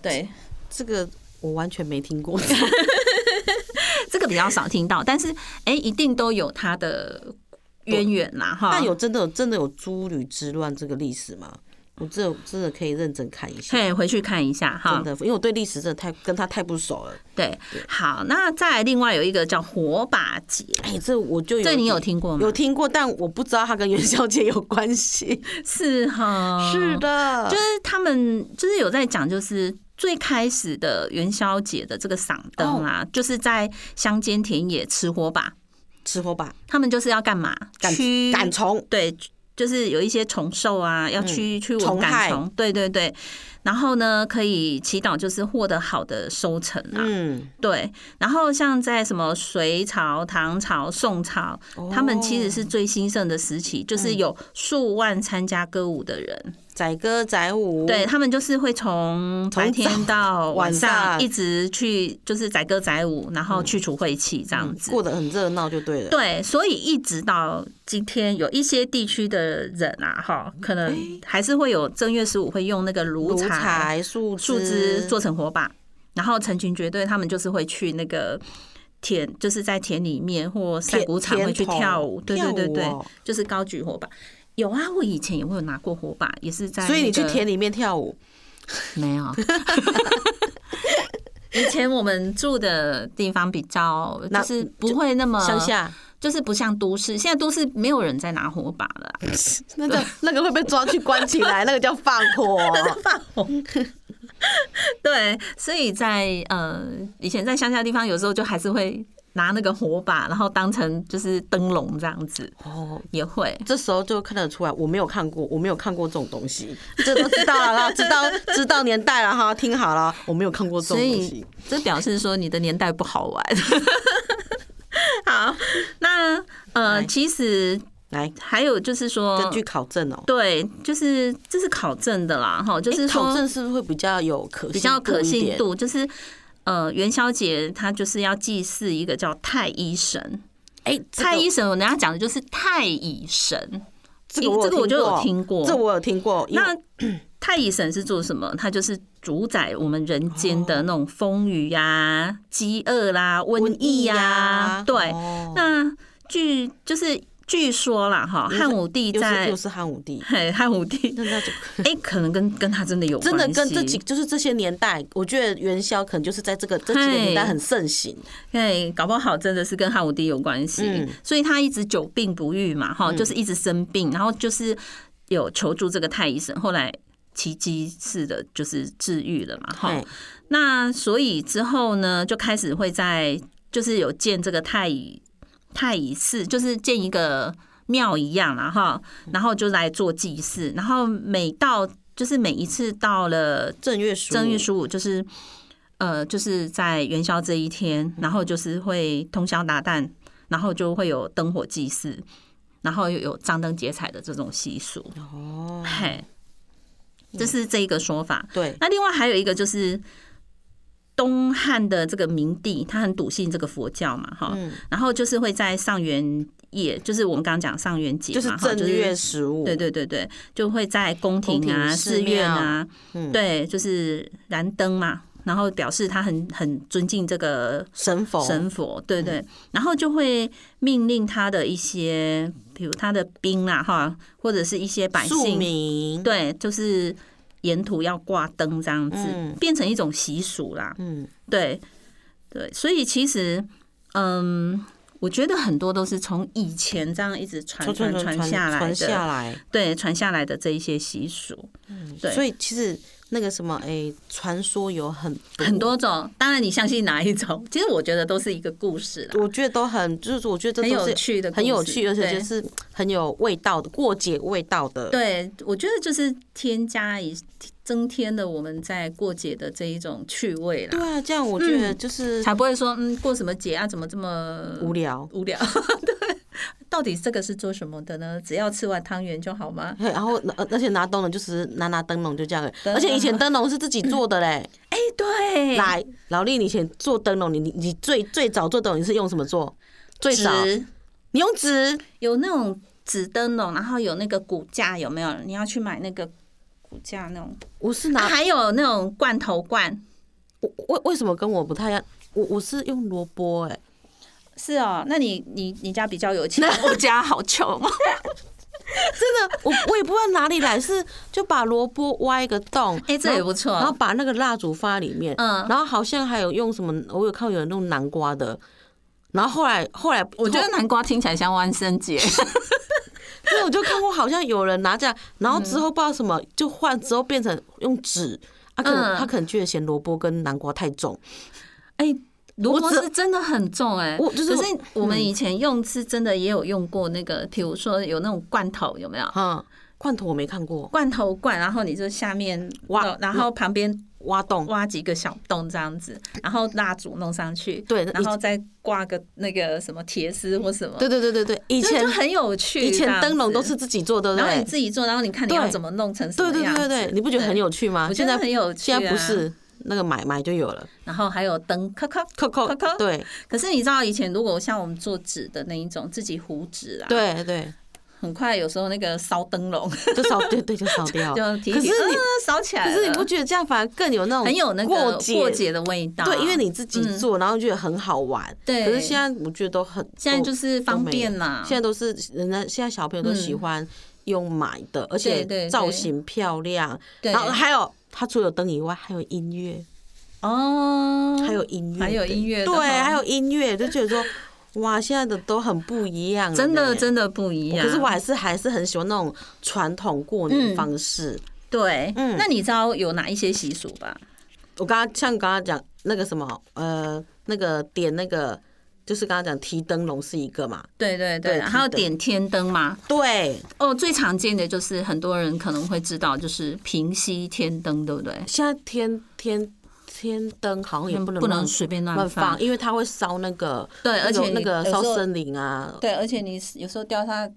A: 对，
B: 这个我完全没听过。
A: 这个比较少听到，但是哎、一定都有它的渊源啦，哈。
B: 但有真的有真的有诸吕之乱这个历史吗？我这真的可以认真看一下，
A: 对，回去看一下哈
B: 真。的，因为我对历史真的太跟他太不熟了。
A: 对，好，那再来另外有一个叫火把节，
B: 哎、这我就有
A: 这你有
B: 点
A: 听过吗？
B: 有听过，但我不知道它跟元宵节有关 系。
A: 是哈，
B: 的
A: 就是他们就是有在讲，就是最开始的元宵节的这个赏灯啊，
B: 哦
A: 就是在乡间田野吃火把，
B: 吃火把
A: 他们就是要干嘛？
B: 赶
A: 驱
B: 赶虫，
A: 对，就是有一些虫兽啊，要驱驱
B: 嗯
A: 蚊
B: 虫
A: 赶
B: 害
A: 虫，对对对。然后呢，可以祈祷就是获得好的收成啊，
B: 嗯，
A: 对。然后像在什么隋朝、唐朝、宋朝，
B: 哦
A: 他们其实是最兴盛的时期，就是
B: 嗯
A: 有数万参加歌舞的人，
B: 载歌载舞，
A: 对，他们就是会从白天到晚
B: 晚
A: 上
B: 上
A: 一直去，就是载歌载舞，然后去除晦气这样
B: 嗯
A: 子。
B: 过得很热闹就对了。
A: 对，所以一直到今天，有一些地区的人啊，哈，可能还是会有正月十五会用那个炉
B: 炉
A: 柴、
B: 柴、树
A: 树枝做成火把，然后成群结队，他们就是会去那个田，就是在田里面或赛谷场
B: 田
A: 会去
B: 田头
A: 跳舞，对
B: 跳
A: 对
B: 舞
A: 对对，
B: 哦
A: 就是高举火把。有啊，我以前也会有拿过火把，也是在、
B: 所以你去田
A: 里
B: 里面跳舞，
A: 没有？ 以前我们住的地方比较，
B: 那
A: 就是不会那么
B: 乡， 下
A: 就是不像都市。现在都市没有人在拿火把了啊、
C: 那个那个会被抓去关起 来，那个叫放火。
A: 啊 对，所以在呃以前在乡下地方，有时候就还是会拿那个火把，然后当成就是灯笼这样子，
B: 哦。
A: 也会。
B: 这时候就看得出来，我没有看过，我没有看过这种东西，这都知道了啦，知道知道年代了哈，听好了，我没有看过这
A: 所
B: 种东
A: 以
B: 西。
A: 这表示说你的年代不好 玩。好，那呃，其实
B: 来，
A: 还有就是说，
B: 根据考证哦，
A: 对，就是这是考证的啦，哈，就是
B: 诶考
A: 说
B: 证是不是会比较有可
A: 比较可
B: 一
A: 信
B: 点
A: 度，就是呃，元宵节它就是要祭祀一个叫太医神。
B: 哎、这个
A: 蔡医生，我等下讲的就是太乙神。
B: 这个我
A: 这个我就有听过
B: 这我有听过。因为
A: 那 太乙神是做什么？他就是主宰我们人间
B: 哦
A: 的那种风雨呀、饥饿啦、瘟疫呀、
B: 呀
A: 对，
B: 哦
A: 那据就是据说啦，哈，汉武帝
B: 又是
A: 在
B: 又是汉武帝，
A: 嘿汉武帝，
B: 那那就
A: 哎、可能跟跟他真的有
B: 真的
A: 关
B: 跟这
A: 系
B: 几就是这些年代，我觉得元宵可能就是在这个这几个年代很盛行。
A: 对，搞不好真的是跟汉武帝有关系，
B: 嗯
A: 所以他一直久病不愈嘛，哈、就是一直生病，然后就是有求助这个太医生，后来奇迹似的，就是治愈了嘛，哈
B: 嘿。
A: 那所以之后呢，就开始会在就是有建这个太乙太乙寺，就是建一个庙一样啦，哈，然后就来做祭祀，然后每到就是每一次到了
B: 正月十五，
A: 正月十五就是呃，就是在元宵这一天，然后就是会通宵达旦，然后就会有灯火祭祀，然后又有张灯结彩的这种习俗。
B: 哦，
A: 嘿，这是这一个说法。
B: 对，
A: 那另外还有一个就是。东汉的这个明帝，他很笃信这个佛教嘛，哈、
B: 嗯
A: 然后就是会在上元夜，就是我们刚刚讲上元节嘛，
B: 就是
A: 哈
B: 正月十五，
A: 对对对对，就会在宫廷
B: 宫
A: 啊、
B: 廷
A: 寺
B: 寺
A: 院啊，
B: 嗯
A: 对，就是燃灯嘛，然后表示他很很尊敬这个
B: 神佛，嗯
A: 神佛，对对，然后就会命令他的一些，比如他的兵啦、哈，或者是一些百
B: 庶
A: 姓，
B: 民，，
A: 对，就是沿途要挂灯这样子，
B: 嗯
A: 变成一种习俗啦，
B: 嗯，
A: 对对，所以其实，嗯。我觉得很多都是从以前这样一直传
B: 传传传
A: 传
B: 传
A: 下来的，
B: 传下来，
A: 对传下来的这一些习俗，对，
B: 嗯所以其实那个什么，哎，传说有很
A: 很，多种。当然，你相信哪一种？其实我觉得都是一个故事啦。
B: 我觉得都很，就是我觉得这
A: 很
B: 都
A: 有
B: 是
A: 趣的故事
B: 很有趣，而且
A: 对
B: 就是很有味道的过节味道的，
A: 对，啊我觉得就是添加一增添了我们在过节的这一种趣味
B: 对
A: 啦，
B: 啊，这样我觉
A: 嗯
B: 得就是
A: 才不会说嗯过什么节啊，怎么这么
B: 无聊。
A: 无聊？ 对，到底这个是做什么的呢？只要吃完汤圆就好吗？
B: 对，然后呃而且拿灯笼就只是拿拿灯笼就这样而已，
A: 灯笼
B: 而且以前灯笼是自己做的 嘞。
A: 哎，对，
B: 来，老丽，你以前做灯笼，你你你最最早做灯笼你是用什么做？最早
A: 纸
B: 你用纸，
A: 有那种纸灯笼，然后有那个骨架，有没有？你要去买那个骨架那种。
B: 我是
A: 啊
B: 拿
A: 还有那种罐头罐，
B: 我为为什么跟我不太一样？我我是用萝卜哎，
A: 是哦。那你你你家比较有钱， 我家好 穷。
B: 真的，我我 也不知道哪里来，是就把萝卜挖一个洞，
A: 哎这
B: 然后
A: 也不错
B: 然后把那个蜡烛放在里面，
A: 嗯
B: 然后好像还有用什么，我有看到有人弄南瓜的，然后后来后来
A: 我觉得南瓜听起来像万圣节，
B: 对， 我就看过，好像有人拿这样，然后之后不知道什么就换，之后变成用纸。他可能
A: 嗯
B: 他可能觉得嫌萝卜跟南瓜太重，
A: 哎。萝卜
B: 我只
A: 是真的很重哎、
B: 我就是
A: 可是我们以前用是真的也有用过那个，比如说有那种罐头有没有？
B: 哈，罐头我没看过，
A: 罐头罐，然后你就下面
B: 挖
A: 弄然后旁边
B: 挖洞
A: 挖几个小洞这样子，然后蜡烛弄上去，
B: 对
A: 然后再挂个那个什么铁丝或什么，
B: 对对对对对，以
A: 就，
B: 前
A: 就很有趣这
B: 以
A: 样
B: 前
A: 子。
B: 灯笼都是自己做的，对
A: 然
B: 不
A: 后你
B: 对？
A: 自己做，然后你看你要
B: 对
A: 怎么弄成什
B: 对
A: 么
B: 对
A: 样
B: 对
A: 子。
B: 对对，你不觉得很有趣吗？
A: 我觉
B: 现
A: 得
B: 在
A: 很有趣
B: 现在不
A: 啊
B: 是那个买买就有了，
A: 然后还有灯，扣扣
B: 扣扣
A: 扣扣。。
B: 对
A: 可是你知道以前如果像我们做纸的那一种，自己糊纸啊，，
B: 对对，
A: 很快有时候那个烧灯笼，
B: 就烧对对就烧掉
A: 就提
B: 啊可
A: 起
B: 是
A: 呃
B: 你
A: 烧起来
B: 可
A: 了，
B: 是你不觉得这样反而更有那种
A: 很有那个
B: 过节
A: 过节的味道？
B: 对，因为你自己
A: 嗯
B: 做，然后觉得很好玩。
A: 对
B: 可是现在我觉得都很，
A: 现在
B: 都
A: 就是方便
B: 都没有
A: 啦
B: 现在都是人家现在小朋友都喜欢用买的，而
A: 嗯对对
B: 且造型漂亮。
A: 对
B: 然后还有，它除了灯以外，还有音乐，
A: 哦，
B: 还有音乐的，
A: 还有音乐的
B: 对，
A: 哈
B: 还有音乐，就觉得 说，哇，现在的都很不一样了呢，
A: 真的真的不一样。
B: 可是我还是还是很喜欢那种传统过年方式。
A: 对，
B: 嗯
A: 那你知道有哪一些习俗吧？
B: 我刚刚像刚刚讲那个什么，呃，那个点那个，就是刚刚讲提灯笼是一个嘛，
A: 对对对，
B: 对
A: 还有
B: 提灯
A: 点天灯嘛。
B: 对，
A: 哦，最常见的就是很多人可能会知道，就是平息天灯，对不对？
B: 现在天天天灯好像也不能
A: 不能随便乱
B: 乱
A: 放
B: 放，因为它会烧那个
A: 对
B: 那
A: 而且
B: 种那
A: 有
B: 个
A: 时候
B: 烧森林啊，
A: 对，而且你有时候掉下，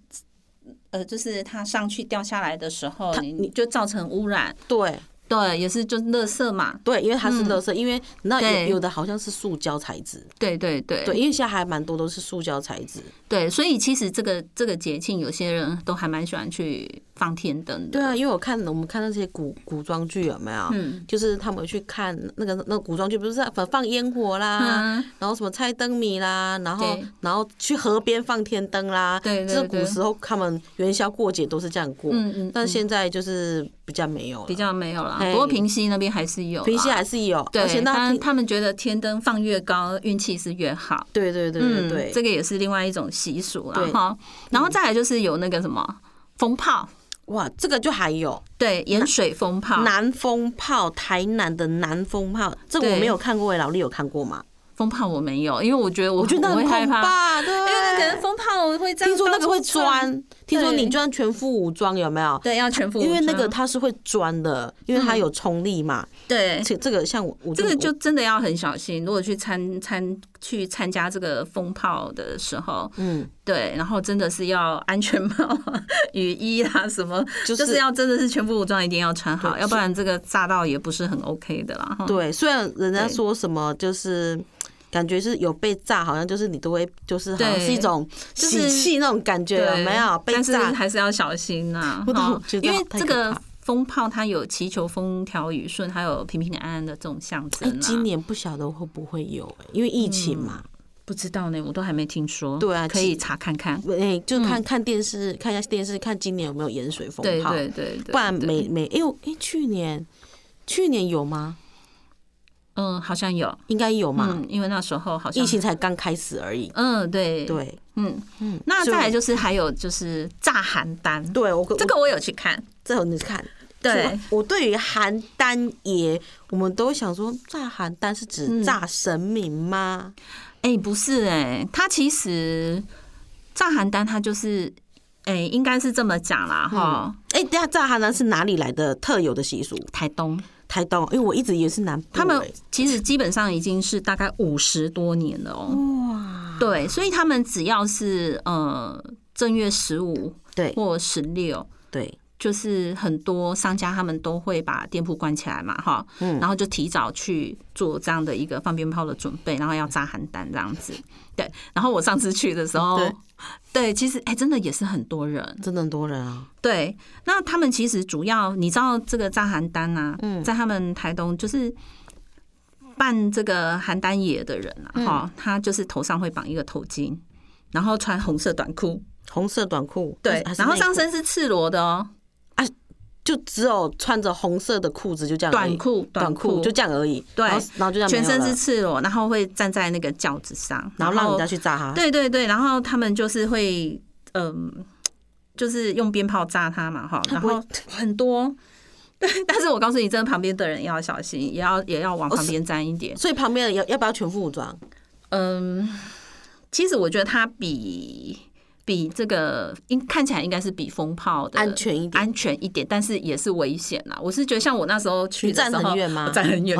A: 呃，就是它上去掉下来的时候，你你就造成污染，
B: 对
A: 对，也是就是垃圾嘛，
B: 对，因为它是垃圾，因为那
A: 嗯对
B: 有有的好像是塑胶材质，
A: 对对对
B: 对，因为现在还蛮多都是塑胶材质，
A: 对，所以其实这个这个节庆，有些人都还蛮喜欢去放天灯的，
B: 对啊，因为我看我们看那些古古装剧有没有？
A: 嗯
B: 就是他们去看那个那个古装剧，不是在放放烟火啦，
A: 嗯
B: 然后什么猜灯谜啦，然后
A: 对
B: 然后去河边放天灯啦，
A: 对对
B: 这是古
A: 对
B: 时候他们元宵过节都是这样过，
A: 嗯嗯
B: 但
A: 嗯
B: 现在就是比较没有了，
A: 比较没有啦。
B: 哎
A: 不过平西那边还是有啦，
B: 平息还是有，而且
A: 对，
B: 那
A: 他
B: 天
A: 他们觉得天灯放越高，运气是越好。
B: 对对对对嗯对，
A: 这个也是另外一种习俗啦
B: 对嗯
A: 哈。然后再来就是有那个什么风炮，
B: 哇，这个就还有
A: 对，盐水风炮，
B: 南风炮，台南的南风炮，这个
A: 对
B: 我没有看过，老李有看过吗？
A: 风炮我没有，因为我觉得我
B: 我觉得
A: 会
B: 很
A: 害
B: 恐
A: 怕，
B: 吧，对，
A: 因为那可能风炮会这样
B: 听说那个
A: 到
B: 会
A: 处窜
B: 钻，听说
A: 对
B: 你就算全副武装有没有？
A: 对，要全副武
B: 因为那个
A: 装
B: 它是会钻的，因为它有冲力嘛。
A: 对。
B: 这这个像我，我
A: 这个就
B: 嗯我
A: 真的要很小心。如果去参参去参加这个风炮的时候，
B: 嗯，
A: 对，然后真的是要安全帽啊、雨衣啊什么，就、
B: 就是是
A: 要真的是全副武装，一定要穿好，
B: 对
A: 要不然这个炸到也不是很 OK 的啦。哈，
B: 对。虽然人家
A: 对
B: 说什么就是。感觉是有被炸，好像就是你都会，就是好像
A: 对
B: 是一种
A: 就是
B: 喜气那种感觉，
A: 对，
B: 啊有没有？被
A: 但是
B: 炸，
A: 还是要小心 呐、
B: 不懂
A: 哈
B: 觉得
A: 因为
B: 太
A: 这
B: 可
A: 个
B: 怕
A: 风炮它有祈求风调雨顺，还有平平安安的这种象征、
B: 哎
A: 啊。，
B: 今年不晓得会不会有、哎因为疫情嘛，
A: 不知道呢，我都还没听说。
B: 对啊
A: 可以
B: 其
A: 查看看。
B: 哎、就看看电视，看一下电视，看今年有没有盐水风
A: 嗯对
B: 炮，
A: 对对对，
B: 不然
A: 对
B: 每每哎呦哎，去年去年有吗？
A: 嗯好像有
B: 应该有嘛，
A: 嗯，因为那时候好像
B: 疫情才刚开始而已。
A: 嗯对
B: 对
A: 嗯嗯，那再来就是还有就是炸邯郸，
B: 对，我
A: 这个我有去看，
B: 这个你看，
A: 对，
B: 我对于邯郸爷，我们都想说炸邯郸是
A: 嗯
B: 指炸神明吗？
A: 哎、不是哎、它其实炸邯郸它就是哎、应该是这么讲啦哈，
B: 哎、等一下炸邯郸是哪里来的特有的习俗？
A: 台东。
B: 台东，因为我一直以为是南部、
A: 他们
B: 哎
A: 其实基本上已经是大概五十多年了哦。哇！对，所以他们只要是呃正月十五
B: 对
A: 或十六，
B: 对
A: 就是很多商家他们都会把店铺关起来嘛，哈，
B: 嗯
A: 然后就提早去做这样的一个放鞭炮的准备，然后要炸邯郸这样子。对，然后我上次去的时候
B: 嗯对，
A: 对，其实哎、真的也是很多人，
B: 真的很多人啊，
A: 对，那他们其实主要，你知道这个炸邯郸啊，
B: 嗯
A: 在他们台东就是办这个邯郸野的人
B: 嗯
A: 啊，哈、他就是头上会绑一个头巾，然后穿红色短裤，
B: 红色短裤，
A: 对
B: 还，是
A: 然后
B: 内裤
A: 上身是赤裸的哦，
B: 就只有穿着红色的裤子，就这样而已
A: 短裤
B: 短
A: 裤
B: 就这样而已。
A: 对
B: 然后然后就这样没有
A: 全
B: 了，
A: 身是赤裸，然后会站在那个轿子上，
B: 然后让人家去炸他。
A: 对对对，然后他们就是会，嗯，就是用鞭炮炸他嘛，哈，然
B: 不会
A: 后很多。 对，但是我告诉你，真的旁边的人要小心，也要也要往旁边站一点。
B: 所以旁边的要要不要全副武装？
A: 嗯，其实我觉得它比比这个应看起来应该是比风炮的
B: 安全一点
A: 安全一点，但是也是危险啦。我是觉得像我那时候去
B: 你
A: 的
B: 站
A: 时候，
B: 很远吗哦
A: 我 站很远，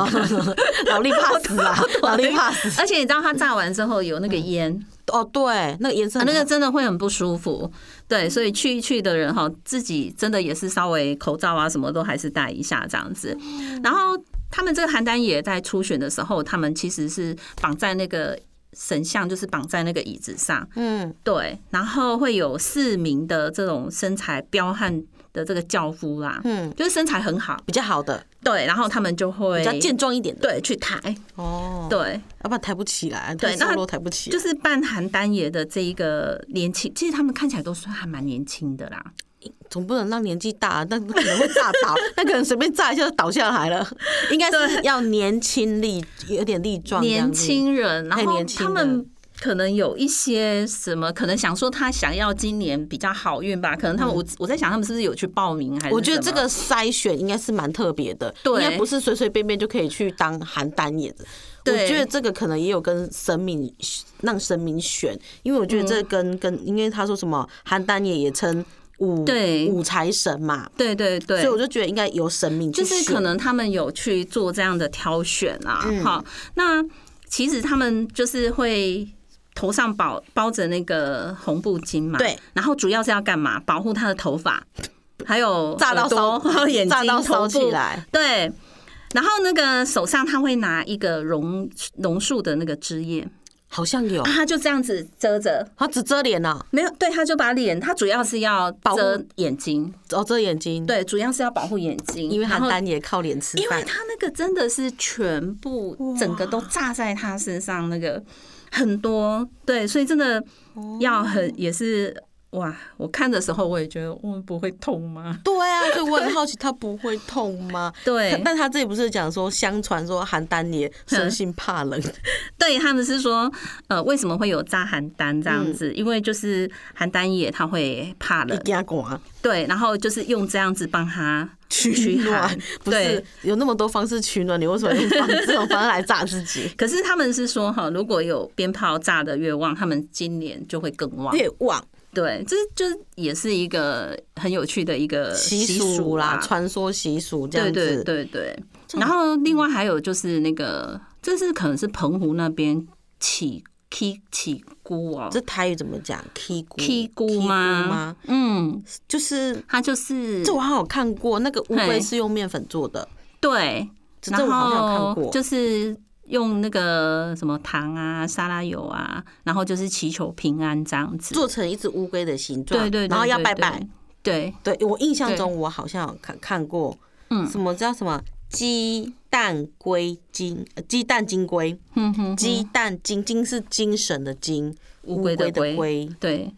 B: 老力怕死 啊，老力怕死。
A: 而且你知道它炸完之后有那个烟，
B: 哦，对，那个颜色
A: 啊
B: 很
A: 那个真的会很不舒服。对，所以去一去的人哈，自己真的也是稍微口罩啊什么都还是戴一下这样子。
B: 嗯
A: 然后他们这个邯郸也在初选的时候，他们其实是绑在那个神像就是绑在那个椅子上，
B: 嗯，
A: 对，然后会有四名的这种身材彪悍的这个教夫啦，
B: 嗯，
A: 就是身材很好，
B: 比较好的，
A: 对，然后他们就会
B: 比较健壮一点的，
A: 对去抬，
B: 哦，
A: 对，
B: 要不然抬不起来，
A: 对
B: 太瘦
A: 那
B: 弱抬不起来，
A: 就是扮邯郸爷的这一个年轻，其实他们看起来都算还蛮年轻的啦，
B: 总不能让年纪大，那那可能会炸倒，那可能随便炸一下就倒下来了。应该是要年轻力，有点力壮，
A: 年轻人，然
B: 太
A: 后
B: 年轻
A: 他
B: 了
A: 们。可能有一些什么，可能想说他想要今年比较好运吧。可能他们，我我在想他们是不是有去报名还是什么？
B: 嗯哦我觉得这个筛选应该是蛮特别的，
A: 对
B: 应该不是随随便便就可以去当邯郸演的。我
A: 对
B: 觉得这个可能也有跟神明让神明选，因为我觉得
A: 嗯
B: 这跟、跟，因为他说什么邯郸爷也称五
A: 对
B: 五财神嘛，
A: 对对对，
B: 所以我就觉得应该由神明去
A: 就是
B: 选
A: 可能他们有去做这样的挑选啊，
B: 嗯
A: 好，那其实他们就是会。头上包包着那个红布巾嘛，
B: 对，
A: 然后主要是要干嘛？保护他的 头发，还有
B: 炸到
A: 耳朵
B: 烧
A: 还有眼
B: 炸到
A: 睛、
B: 烧
A: 头
B: 起
A: 部，
B: 来，
A: 对。然后那个手上他会拿一个榕榕树的那个枝叶，
B: 好像有
A: 啊，他就这样子遮着，
B: 他只遮脸啊呐、
A: 没有，对，他就把脸，他主要是要
B: 保护
A: 遮眼睛，
B: 哦遮眼睛，，
A: 对，主要是要保护眼睛，
B: 因为
A: 然
B: 邯
A: 后
B: 郸也靠脸吃
A: 因为
B: 饭，
A: 他那个真的是全部整个都炸在他身上，那个很多对，所以真的要很也是哇！我看的时候我也觉得，我不会痛吗？
B: 对啊，所以我很好奇他不会痛吗？
A: 对，
B: 但他这里不是讲说，相传说邯郸爷生性怕冷，
A: 对他们是说，呃，为什么会有炸邯郸这样子？因为就是邯郸野他会怕
B: 你
A: 冷，
B: 给他管
A: 对，然后就是用这样子帮他
B: 取暖
A: 寒，，
B: 不是
A: 对。？
B: 有那么多方式取暖，你为什么用放这种方式来炸自己
A: 可是他们是说哈，如果有鞭炮炸的越旺，他们今年就会更旺。
B: 越旺
A: 对，这就是也是一个很有趣的一个
B: 习
A: 呃俗
B: 俗啦，传说习俗这样
A: 对
B: 子，
A: 对对对。然后另外还有就是那个，这是可能是澎湖那边起起起菇哦
B: 这，台语怎么讲？K 菇
A: 起菇
B: 菇
A: 吗？
B: 吗？
A: 嗯，
B: 就是
A: 它就是
B: 这我好像有看过，那个乌龟
A: 嘿
B: 是用面粉做的，
A: 对，
B: 这这
A: 然
B: 我好像有看
A: 后
B: 过，
A: 就是。用那个什么糖啊、沙拉油啊，然后就是祈求平安这样子。
B: 做成一只乌龟的形状，
A: 对对对，
B: 然后要
A: 对
B: 拜拜。。
A: 对
B: 对我印象
A: 对
B: 中，我好像有看看过，
A: 嗯
B: 什么叫什么鸡蛋龟精，呃鸡蛋金龟，
A: 对，嗯哼，
B: 鸡蛋金金是精神的精，
A: 乌龟的
B: 的
A: 龟
B: 龟，
A: 对，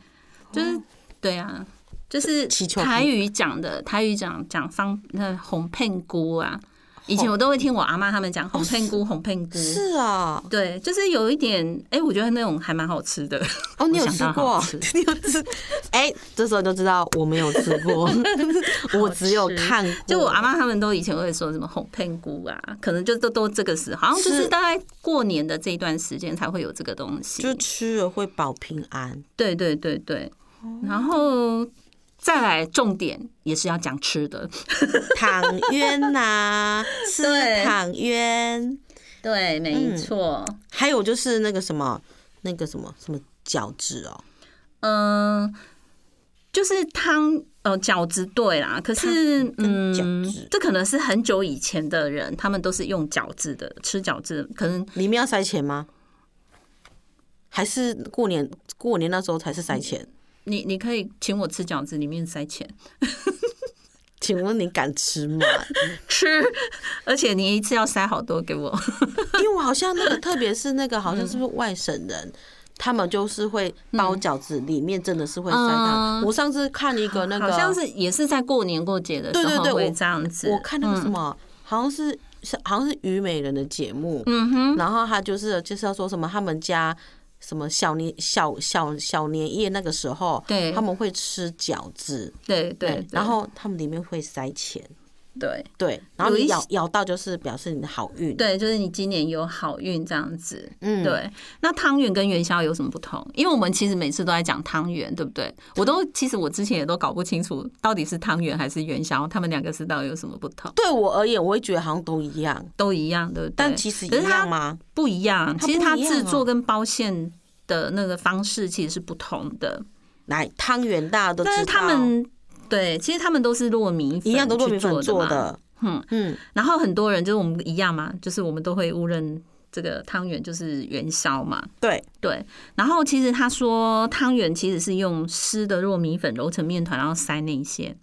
A: 就是
B: 哦
A: 对啊，就是
B: 祈求
A: 台
B: 平
A: 语讲的，台语讲讲方那红片菇啊，以前我都会听我阿妈他们讲红片菇，红片菇。
B: 哦是啊，
A: 对，就是有一点，哎、我觉得那种还蛮好吃的。
B: 哦，你有
A: 我想
B: 吃
A: 到
B: 过
A: 好吃？
B: 你有吃？哎，这时候就知道我没有吃 过，我只有看过。
A: 就我阿妈他们都以前会说什么红片菇啊，可能就都都这个时候，好像就是
B: 是
A: 大概过年的这一段时间才会有这个东西。
B: 就吃了会保平安，
A: 对对对对，
B: 哦
A: 然后再来重点也是要讲吃
B: 嗯
A: 的。
B: 躺冤 呐，吃
A: 对
B: 躺冤。
A: 对，没
B: 嗯
A: 错。
B: 还有就是那个什么，那个什么什么饺子哦，
A: 嗯，就是汤呃饺子对啦，可是
B: 跟饺
A: 嗯
B: 子，
A: 这可能是很久以前的人，他们都是用饺子的吃饺子，可能
B: 里面要塞钱吗？还是过年过年那时候才是塞钱？
A: 你你可以请我吃饺子，里面塞钱
B: 请问你敢吃 吗？
A: 吃，而且你一次要塞好多给我。
B: 因为我好像那个，特别是那个，好像是不是外省人，他们就是会包饺子，里面真的是会塞糖。
A: 嗯
B: 我上次看一个那个，
A: 好像是也是在过年过节的
B: 对
A: 时
B: 对
A: 候
B: 对
A: 会
B: 我
A: 这样子。
B: 我看那个什
A: 嗯，
B: 么，好像是是好像是虞美人的节目，
A: 嗯哼，
B: 然后他就是就是要说什么他们家什么小年小小小年夜那个时候，
A: 对
B: 他们会吃饺子，
A: 对对
B: 嗯，然后他们里面会塞钱，
A: 对
B: 对，然后
A: 有
B: 你
A: 一
B: 咬
A: 些
B: 咬到就是表示你的好运，，
A: 对，就是你今年有好运这样子。
B: 嗯，
A: 对，那汤圆跟元宵有什么不同？因为我们其实每次都在讲汤圆，对不对？我都其实我之前也都搞不清楚到底是汤圆还是元宵，他们两个是到底有什么不同？
B: 对我而言，我会觉得好像都一样，
A: 都一样，对不对？
B: 但其实一
A: 可是它
B: 样吗？
A: 不一样，
B: 它
A: 其实它
B: 不一样
A: 制作
B: 哦
A: 跟包馅的那个方式其实是不同的，
B: 来，汤圆大家都知
A: 但
B: 道，
A: 是他们对，其实他们都是糯米
B: 一样都糯米粉
A: 去
B: 做
A: 的嘛。
B: 的，
A: 嗯，
B: 嗯，
A: 然后很多人就是我们一样嘛，就是我们都会误认这个汤圆就是元宵嘛，
B: 对，
A: 对。然后其实他说汤圆其实是用湿的糯米粉揉成面团，然后塞内馅。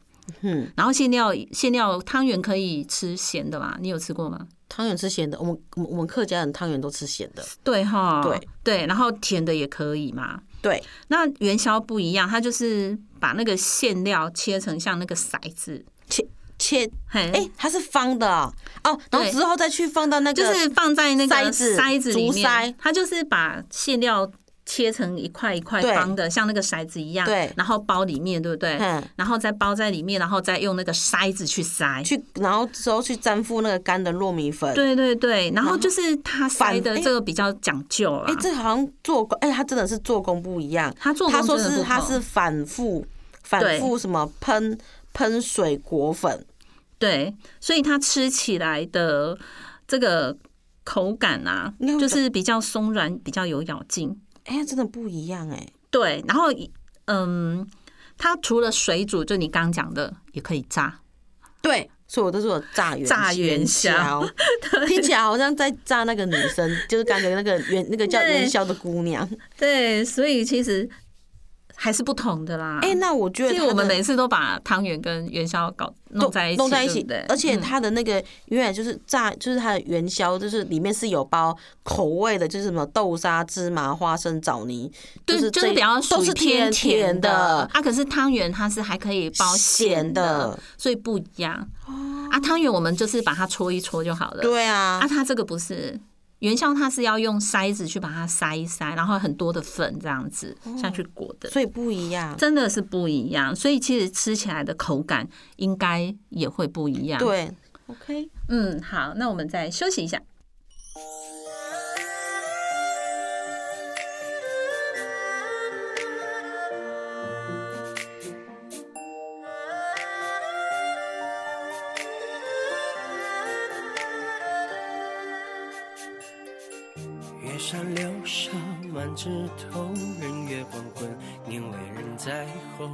B: 嗯，
A: 然后馅料馅料汤圆可以吃咸的嘛？你有吃过吗？
B: 汤圆吃咸的，我们我们我们客家人汤圆都吃咸的，
A: 对哈，
B: 对
A: 对，然后甜的也可以嘛。
B: 对，
A: 那元宵不一样，它就是把那个馅料切成像那个骰子，
B: 切切，
A: 嘿，
B: 哎、它是方的啊哦，然后
A: 对
B: 之后再去放到那个，
A: 就是放在那个
B: 筛子
A: 筛子里
B: 竹筛
A: 面，它就是把馅料切成一块一块
B: 对
A: 方的，像那个筛子一样，
B: 对
A: 然后包里面，对不对
B: 嗯？
A: 然后再包在里面，然后再用那个筛子去筛。
B: 去，然后之后去粘附那个干的糯米粉。，
A: 对对对，然后
B: 后
A: 就是它筛
B: 反
A: 的
B: 哎
A: 这个比较讲究了
B: 哎、，这好像做工，哎、它真的是做工不一样。
A: 它做工
B: 他说
A: 真的
B: 是
A: 不
B: 它
A: 同
B: 是反复反复什么喷喷水果粉，
A: 对，所以它吃起来的这个口感啊
B: 应该，会
A: 就是比较松软，比较有咬劲。
B: 哎、真的不一样哎、
A: 对，然后嗯，它除了水煮，就你刚讲的，也可以炸。
B: 对，所以我都说我炸元
A: 炸元宵
B: 宵， 听起来好像在炸那个女生，就是感觉那个元那个叫
A: 对
B: 元宵的姑娘。
A: 对，所以其实还是不同的啦。
B: 哎、那我觉得
A: 其实
B: 它
A: 我们
B: 的
A: 每次都把汤圆跟元宵搞
B: 都
A: 弄在一起，
B: 弄在一
A: 对
B: 起
A: 不对，
B: 而且
A: 嗯
B: 它的那个原来就是炸，就是它的元宵，就是里面是有包口味的，就是什么豆沙、芝麻、花生、枣泥，
A: 对，就是
B: 这
A: 比较
B: 都
A: 属于
B: 是
A: 偏
B: 甜
A: 甜的。啊。可是汤圆它是还可以包咸
B: 咸的，哦
A: 所以不一样。啊，汤圆我们就是把它搓一搓就好了。
B: 对啊
A: 啊，，它这个不是元宵，它是要用筛子去把它筛一筛，然后很多的粉这样子下去裹的，
B: 哦所以不一样。
A: 真的是不一样。所以其实吃起来的口感应该也会不一样。，
B: 对，OK，
A: 嗯，好，那我们再休息一下。
D: 月上柳梢满枝头，人月黄昏，年为人在后。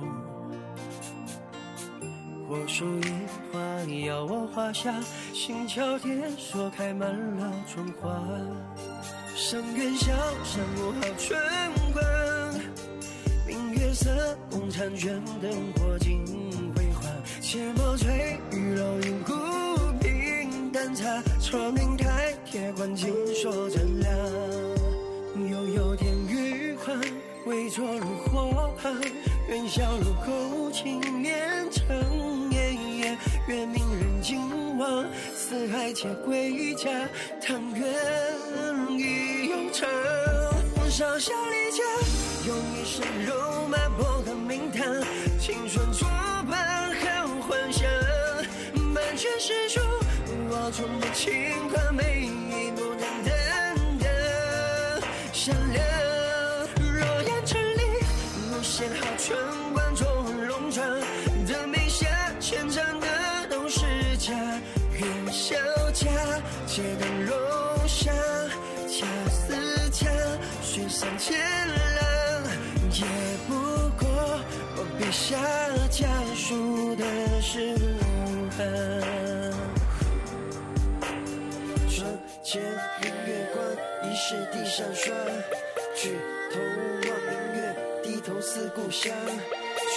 D: 火树银花邀我花下，新桥铁锁开满了春花。上元宵，上午好春光，明月色，共婵娟灯火尽辉煌。且莫吹玉楼云孤凭淡茶，窗明台铁观锦烁枕凉。悠悠天欲宽，微坐入火旁，元宵路口青莲城。夜夜月明人尽望，四海皆归家，汤圆已悠长。小小离家，用一身肉麻破的名堂，青春作伴好幻想。满卷诗书，我从不轻狂，每一幕淡淡的善良。若烟成里，无限好春光中龙场的眉下，牵肠的都是家。元宵佳，街灯笼下，恰似家，雪山千浪，也不过我笔下家书的是无憾。窗前明月光，疑是地上霜。举头望明月，低头思故乡。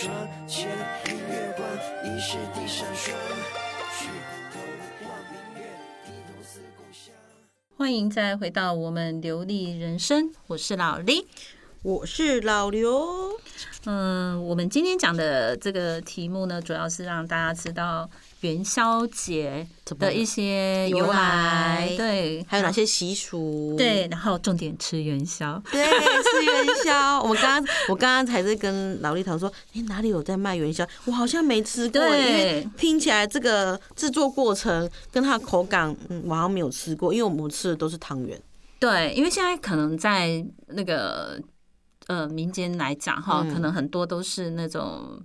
D: 窗前明月光，疑是地上霜。举头望明月，低头思故乡。
A: 欢迎再回到我们流利人生，我是老李。
B: 我是老刘，
A: 嗯，我们今天讲的这个题目呢，主要是让大家知道元宵节的一些由
B: 由来
A: 来，对，
B: 还有哪些习俗？
A: 对，然后重点吃元宵，
B: 对，吃元宵。我们刚刚我刚刚才在跟劳力堂说，哎、哪里有在卖元宵？我好像没吃过，因
A: 对
B: 为听起来这个制作过程跟它的口感，嗯，我好像没有吃过，因为我们吃的都是汤圆。
A: 对，因为现在可能在那个呃民间来讲哈，
B: 嗯
A: 可能很多都是那种。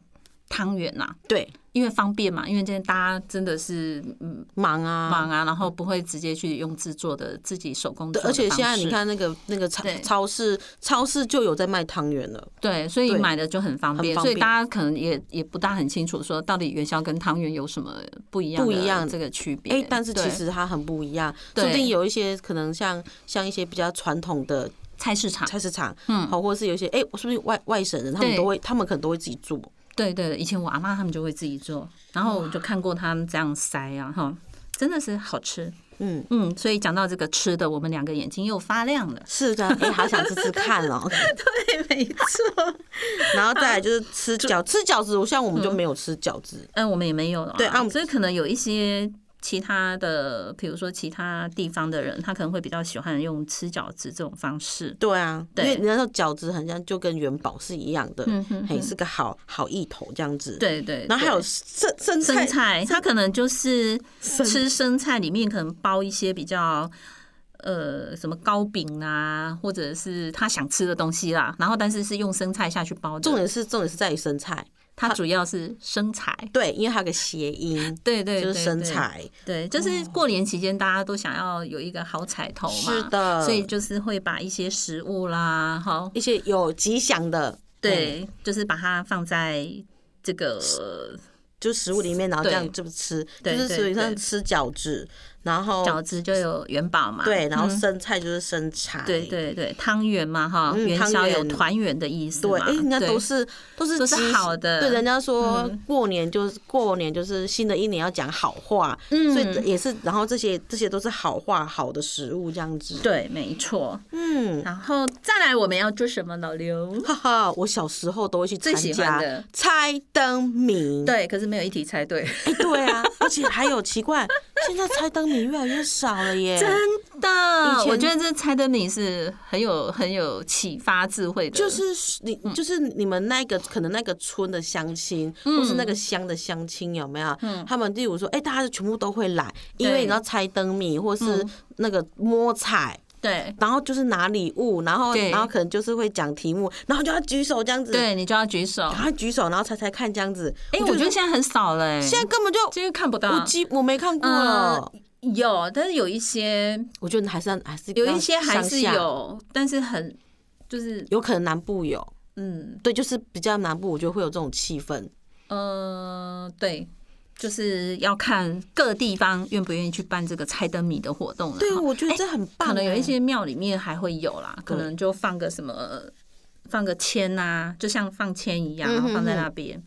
A: 汤圆呐、
B: 对，
A: 因为方便嘛，因为今天大家真的是嗯
B: 忙啊
A: 忙啊，然后不会直接去用制作的自己手工
B: 对，
A: 做的
B: 而且现在
A: 方式
B: 你，看那个那个超
A: 对
B: 超市，超市就有在卖汤圆了。
A: 对，所以
B: 对
A: 买的就很方
B: 很
A: 便，
B: 方
A: 所以
B: 便
A: 大家可能也也不大很清楚说到底元宵跟汤圆有什么不一样
B: 不一样
A: 的这个区别。
B: 哎、但是其
A: 对
B: 实它很不一样，
A: 对
B: 说不定有一些可能像像一些比较传统的
A: 菜市场，
B: 菜市场，
A: 嗯
B: 好，或是有一些哎，我、是不是外外省人，他们
A: 对
B: 都会，他们可能都会自己做。
A: 对对对，以前我阿妈他们就会自己做，然后我就看过他们这样塞啊，哈，真的是好吃。
B: 嗯，
A: 嗯，所以讲到这个吃的，我们两个眼睛又发亮 了。
B: 是的，哎、好想吃吃看 哦。
A: 对，没错。
B: 然后再来就是吃饺，吃饺子，像我们就没有吃饺子。
A: 嗯，我们也没有了。
B: 对啊我们
A: 所以可能有一些其他的，比如说其他地方的人，他可能会比较喜欢用吃饺子这种方式。
B: 对啊，
A: 对
B: 因为你那时候饺子很像就跟元宝是一样的，
A: 嗯哼
B: 嘿，
A: 哼
B: 是个好好意头这样子。，
A: 对对，
B: 然后还有
A: 对
B: 生生
A: 生
B: 菜，
A: 菜，他可能就是吃生菜里面可能包一些比较。呃，什么糕饼啊，或者是他想吃的东西啦，然后但是是用生菜下去包的。
B: 重点是重点是在于生菜，
A: 它主要是生财，
B: 对，因为它有个谐音，
A: 对对，
B: 就是
A: 对
B: 生
A: 对
B: 财。
A: 对，就是过年期间大家都想要有一个好彩头嘛，
B: 是的
A: 哦所以就是会把一些食物啦，哈，
B: 一些有吉祥的，嗯，
A: 对，就是把它放在这个
B: 就食物里面，然后这样
A: 对
B: 这么吃，就
A: 对
B: 是
A: 对
B: 所以像
A: 对
B: 吃饺子，然后
A: 饺子就有元宝
B: 哦
A: 嘛，
B: 对，然后
A: 嗯
B: 生菜就是生菜，
A: 对对对，汤圆嘛哈，
B: 嗯
A: 元
B: 汤
A: 宵有
B: 圆
A: 团圆的意思
B: 对，
A: 嘛，
B: 哎，人家
A: 对
B: 都是都是
A: 都是
B: 吉
A: 好的
B: 对，人家说
A: 嗯
B: 过年就是过年就是新的一年要讲好话，
A: 嗯
B: 所以也是，然后这些这些都是好话好的食物这样子，，
A: 对，没错。
B: 嗯。
A: 然后再来，我们要做什么，老刘？
B: 哈哈，我小时候都会去参
A: 最喜欢
B: 加
A: 的
B: 猜灯谜，
A: 对，可是没有一题猜对，
B: 哎，对啊，而且还有奇怪，现在猜灯谜越来越少了耶，
A: 真的
B: 以前
A: 我觉得这猜灯谜是很有很有启发智慧的，嗯
B: 就是你，就是你们那个可能那个村的乡亲，
A: 嗯
B: 或是那个乡的乡亲，有没有？他们例如说，哎，大家就全部都会来，因为
A: 对嗯
B: 你知道猜灯谜，或是那个摸彩，
A: 对。
B: 然后就是拿礼物，然后
A: 对
B: 然后可能就是会讲题目，然后就要举手这样子，
A: 对你就要举手，
B: 然后举手，然后猜猜看这样子。
A: 哎、我觉得现在很少了、哎，
B: 现在根本就
A: 这个看不到。
B: 我几我没看过了，
A: 嗯有，但是有一些
B: 我觉得还是还是
A: 有一些还
B: 乡
A: 是
B: 下，
A: 有，但是很就是
B: 有可能南部有，
A: 嗯
B: 对，就是比较南部，我觉得会有这种气氛。
A: 呃对，就是要看各地方愿不愿意去办这个猜灯谜的活动了。
B: 对，
A: 哈
B: 我觉得这很棒、嗯
A: 可能有一
B: 哎
A: 些庙里面还会有啦，可
B: 对
A: 能就放个什么放个签呐、就像放签一样，
B: 嗯
A: 然后
B: 哼
A: 放在
B: 哼
A: 那边，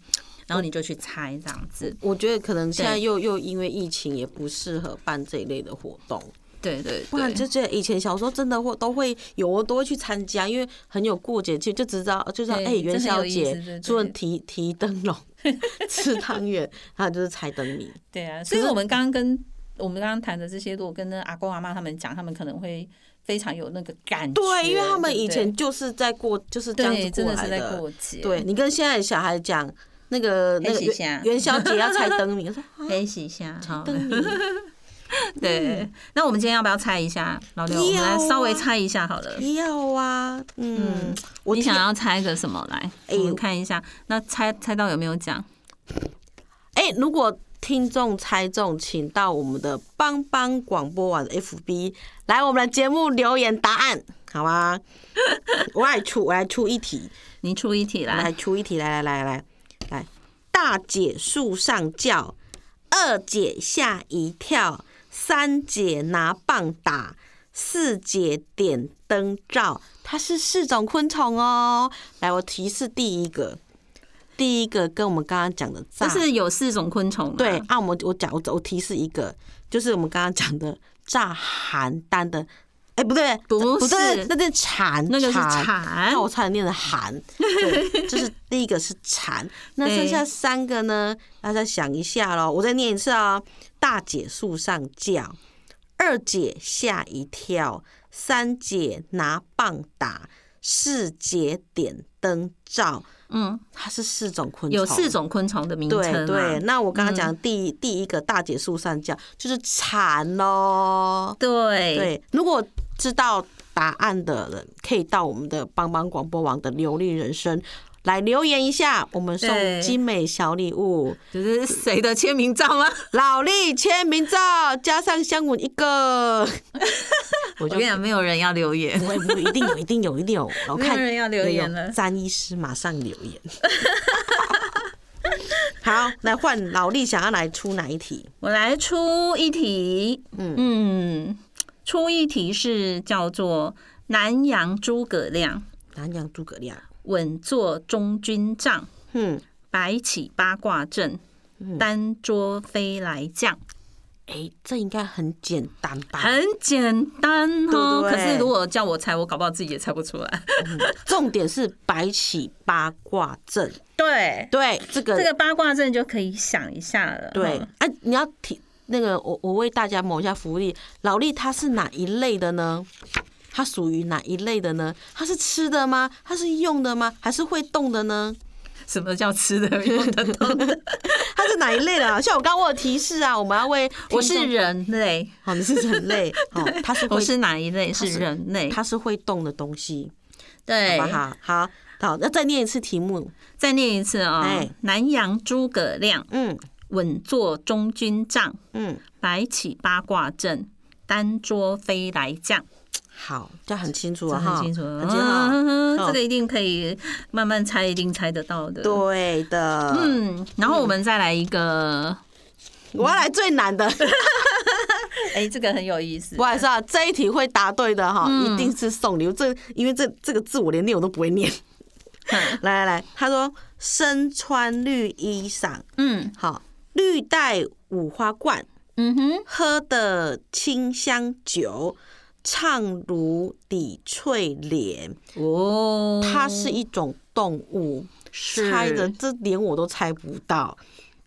A: 然后你就去猜这样子。
B: 我觉得可能现在又又因为疫情也不适合办这一类的活动，
A: 对对
B: 不然
A: 对，
B: 就觉得以前小时候真的会都会有，我都会去参加，因为很有过节气，就知道就知道
A: 对
B: 哎、
A: 这很
B: 元宵
A: 有意思
B: 节
A: 对对
B: 除了提提灯 笼、吃汤圆，还有就是猜灯谜。
A: 对啊，所以我们刚刚跟我们刚刚谈的这些，如果跟那阿公阿妈他们讲，他们可能会非常有那个感觉。
B: 对，因为他们以前
A: 对
B: 就是在过，就是
A: 不
B: 这
A: 对
B: 样
A: 对
B: 子
A: 真
B: 过
A: 的
B: 来
A: 是在
B: 的
A: 过。节，
B: 对，你跟现在的小孩讲那个那
A: 黑
B: 个
A: 喜虾
B: 元元宵节要猜灯谜，我说啊
A: 黑喜虾哈。
B: 灯谜，
A: 对，那我们今天要不要猜一下，老刘？我们来
B: 要啊
A: 稍微猜一下好了。
B: 要啊， 嗯，我
A: 你
B: 听
A: 想要猜个什么来？
B: 哎
A: 我们看一下，那猜猜到有没有奖？
B: 哎、如果听众猜中，请到我们的帮帮广播网的 FB 来我们的节目留言答案，好吗？ 我来出，我来出一题，
A: 你出一题
B: 我来
A: 来。
B: 出一题，来来来来来，大姐树上叫，二姐吓一跳，三姐拿棒打。四姐点灯照，它是四种昆虫哦。来，我提示第一个，第一个跟我们刚刚讲的
A: 就
B: 炸
A: 是有四种昆虫嘛，
B: 对，啊，我们我讲我我提示一个，就是我们刚刚讲的炸邯郸的，哎、不对，
A: 不
B: 不对
A: 是，
B: 那是蝉，
A: 那个是
B: 蝉
A: 蝉
B: 那，我差点念成寒，对，就是第一个是蝉，那剩下三个呢？大家想一下喽，我再念一次哦。大姐树上叫，二姐吓一跳，三姐拿棒打，四姐点灯照，
A: 嗯，
B: 它是四种昆虫，
A: 有四种昆虫的名称
B: 对
A: 啊。
B: 对，那我刚刚讲第、第一个大姐树上叫就是蝉喽。
A: 对
B: 对，如果知道答案的人，可以到我们的帮帮广播网的流利人生来留言一下，我们送
A: 对
B: 精美小礼物，
A: 就是谁的签名照吗？
B: 老力签名照加上香吻一个。
A: 我跟你讲，没有人要留言。
B: 不会不会，一定有，一定有，一定有。我看
A: 没有人要留
B: 有有
A: 言了
B: 詹医师马上留言。好，来换老力，想要来出哪一题？
A: 我来出一题，嗯出一题是叫做“南洋诸葛亮
B: 南洋诸葛亮。
A: 稳坐中军帐，
B: 嗯，
A: 摆起八卦阵，单捉飞来将”，
B: 哎、这应该很简单吧？
A: 很简单
B: 对
A: 哦。
B: 不对
A: 可是如果叫我猜，我搞不好自己也猜不出来。
B: 重点是摆起八卦阵。
A: 对，
B: 对，这个
A: 这个八卦阵就可以想一下了。
B: 对
A: 嗯，
B: 哎、你要提那个，我我为大家谋一下福利。劳力它是哪一类的呢？它属于哪一类的呢？它是吃的吗？它是用的吗？还是会动的呢？
A: 什么叫吃的用的动的？
B: 它是哪一类的、啊？像我刚刚我有提示啊，我们要为 听
A: 我是
B: 众
A: 人类，
B: 哦，你是人 类哦，它是
A: 我
B: 会
A: 是哪一类？是
B: 是
A: 人类。
B: 它是会动的东西，
A: 对
B: 好不好？好好，那再念一次题目，
A: 再念一次哦
B: 哎，
A: 南洋诸葛亮
B: 嗯
A: 稳坐中军帐，
B: 嗯，
A: 摆起八卦阵，单捉飞来将。
B: 好，这样很清楚
A: 这
B: 了
A: 很
B: 哈，
A: 清楚，
B: 很清楚了，
A: 啊
B: 哦
A: 这个一定可以慢慢猜，一定猜得到的。，
B: 对的，嗯，
A: 嗯，然后我们再来一个，
B: 我要来最难的，
A: 哎，这个很有意思
B: 不。好意思啊，这一题会答对的哈，
A: 嗯
B: 一定是送礼物，这因为这这个字我连念我都不会念，
A: 哼
B: 来来来，他说身穿绿衣裳，
A: 嗯
B: 好，绿带五花冠，
A: 嗯哼，
B: 喝的清香酒，唱如抵翠莲，
A: 哦，
B: 它是一种动物，
A: 是
B: 猜的这连我都猜不到，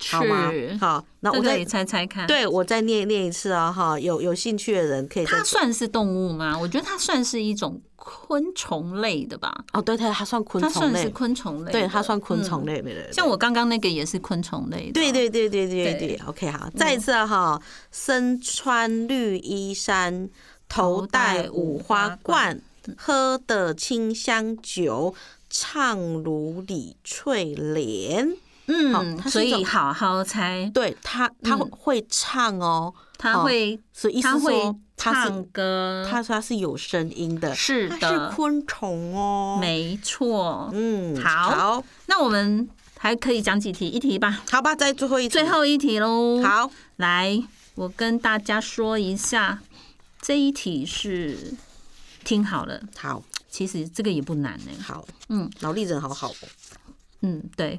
B: 好吗
A: 是？
B: 好，那
A: 这
B: 我
A: 可
B: 再
A: 以猜猜看。，
B: 对我再念念一次哦，哈，有有兴趣的人可以再
A: 它算是动物吗？我觉得它算是一种昆虫类的吧，
B: 哦，对，它它算昆
A: 它
B: 虫
A: 算是
B: 类，
A: 昆虫类的，
B: 对，它算昆
A: 嗯
B: 虫类的人。
A: 像我刚刚那个也是昆虫类的，
B: 对对对对对
A: 对嗯
B: 对，OK，好，再一次啊哈，身穿绿衣衫，头戴五花冠，
A: 嗯
B: 喝的清香酒，唱如李翠莲。好
A: 嗯，
B: 它是
A: 所
B: 一种
A: 以好好猜，
B: 对他，他
A: 嗯
B: 会唱哦，
A: 他
B: 哦
A: 会
B: 所以意
A: 他
B: 思
A: 会
B: 说他
A: 唱
B: 是
A: 歌，
B: 他说他是有声音的，
A: 是
B: 它
A: 的
B: 是昆虫哦，
A: 没错。
B: 嗯，
A: 好
B: 好，
A: 那我们还可以讲几题，一题吧，
B: 好吧，再最后一题
A: 最后一题喽。，
B: 好，
A: 来，我跟大家说一下，这一题是听好了，
B: 好
A: 其实这个也不难呢、
B: 好，
A: 嗯
B: 脑力人好好哦，
A: 嗯，对，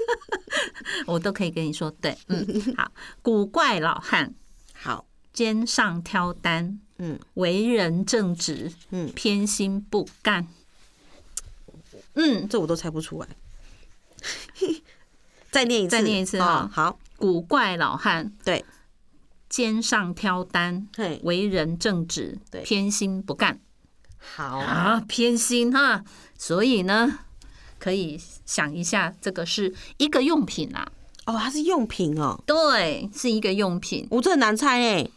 A: 我都可以跟你说对。嗯，好，古怪老汉
B: 好，
A: 肩上挑担，
B: 嗯，
A: 为人正直，
B: 嗯
A: 偏心不甘。嗯，
B: 这我都猜不出来。 再念一次，
A: 再念一次哈
B: 哦好，
A: 古怪老汉
B: 对，
A: 肩上挑担，
B: 嘿，
A: 为人正直，
B: 对
A: 偏心不甘
B: 好，
A: 啊，偏心哈。所以呢，可以想一下，这个是一个用品啊，
B: 哦，它是用品哦，
A: 对，是一个用品。
B: 我这很难猜哎，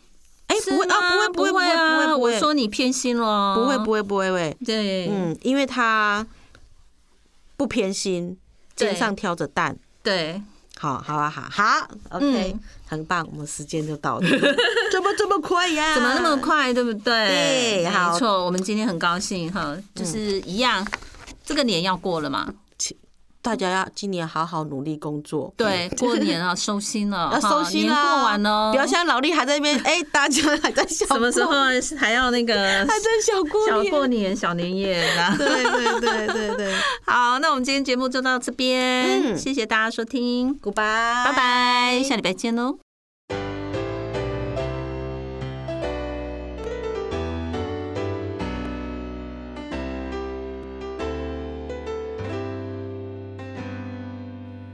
B: 哎，
A: 是
B: 不会
A: 吗
B: 啊，不会，
A: 不
B: 不会，不
A: 啊！
B: 会，不
A: 我
B: 会，
A: 说你偏心咯，
B: 不会，不会，不会，喂，
A: 对，
B: 嗯，因为它不偏心，
A: 对
B: 肩上挑着担，
A: 对，
B: 好好啊，好好，OK，
A: 嗯
B: 很棒，我们时间就到 了，怎么这么快呀？
A: 怎么那么？快，对不啊对？嗯
B: 对好
A: 没错，我们今天很高兴哈，就是一样，这个年要过了嘛，
B: 大家要今年好好努力工作，
A: 对，过年了，收心 了，
B: 要收心
A: 哈
B: 啦，
A: 年过完了，
B: 不要像老力还在那 边，哎，大家还在想
A: 什么时候 还要那个
B: 还在小过
A: 小
B: 年。
A: 过年、小年夜啦。
B: 对对对对对
A: 好，那我们今天节目就到这边，
B: 嗯
A: 谢谢大家收听，
B: ，Goodbye，拜
A: 拜拜，下礼拜见喽。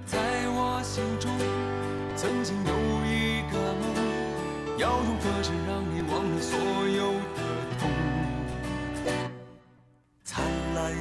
D: 在我心中，曾经有一个梦，要如何是让你忘了所有的痛？灿烂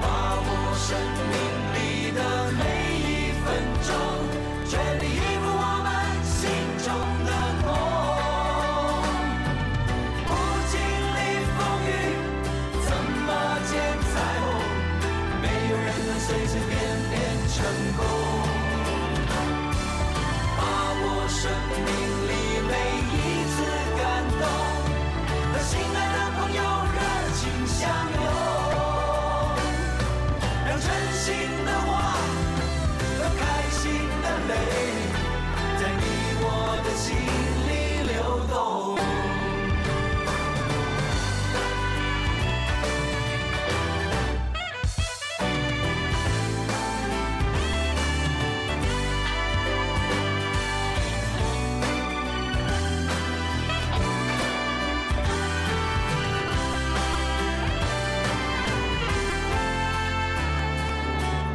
D: 把握生命里的每一分钟，全力以赴我们心中的梦。不经历风雨，怎么见彩虹？没有人能随随便便成功。把握生命里每一次感动，和心爱的朋友热情相拥。让真心的话和开心的泪，在你我的心里流动。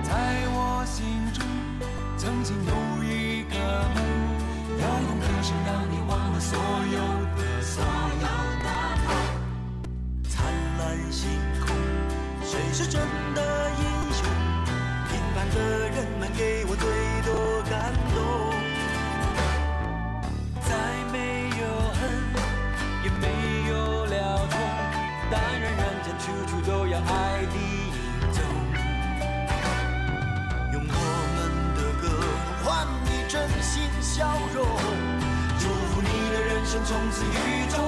D: 在我心中，曾经有一个梦，要用歌声让你忘了所有的所有的痛。灿烂星空，谁是真的英雄？平凡的人们给我最多感动。再没有恨，也没有了痛，但愿人间处处都有爱的影踪。用我们的歌换你真心笑容，祝福你的人生从此与众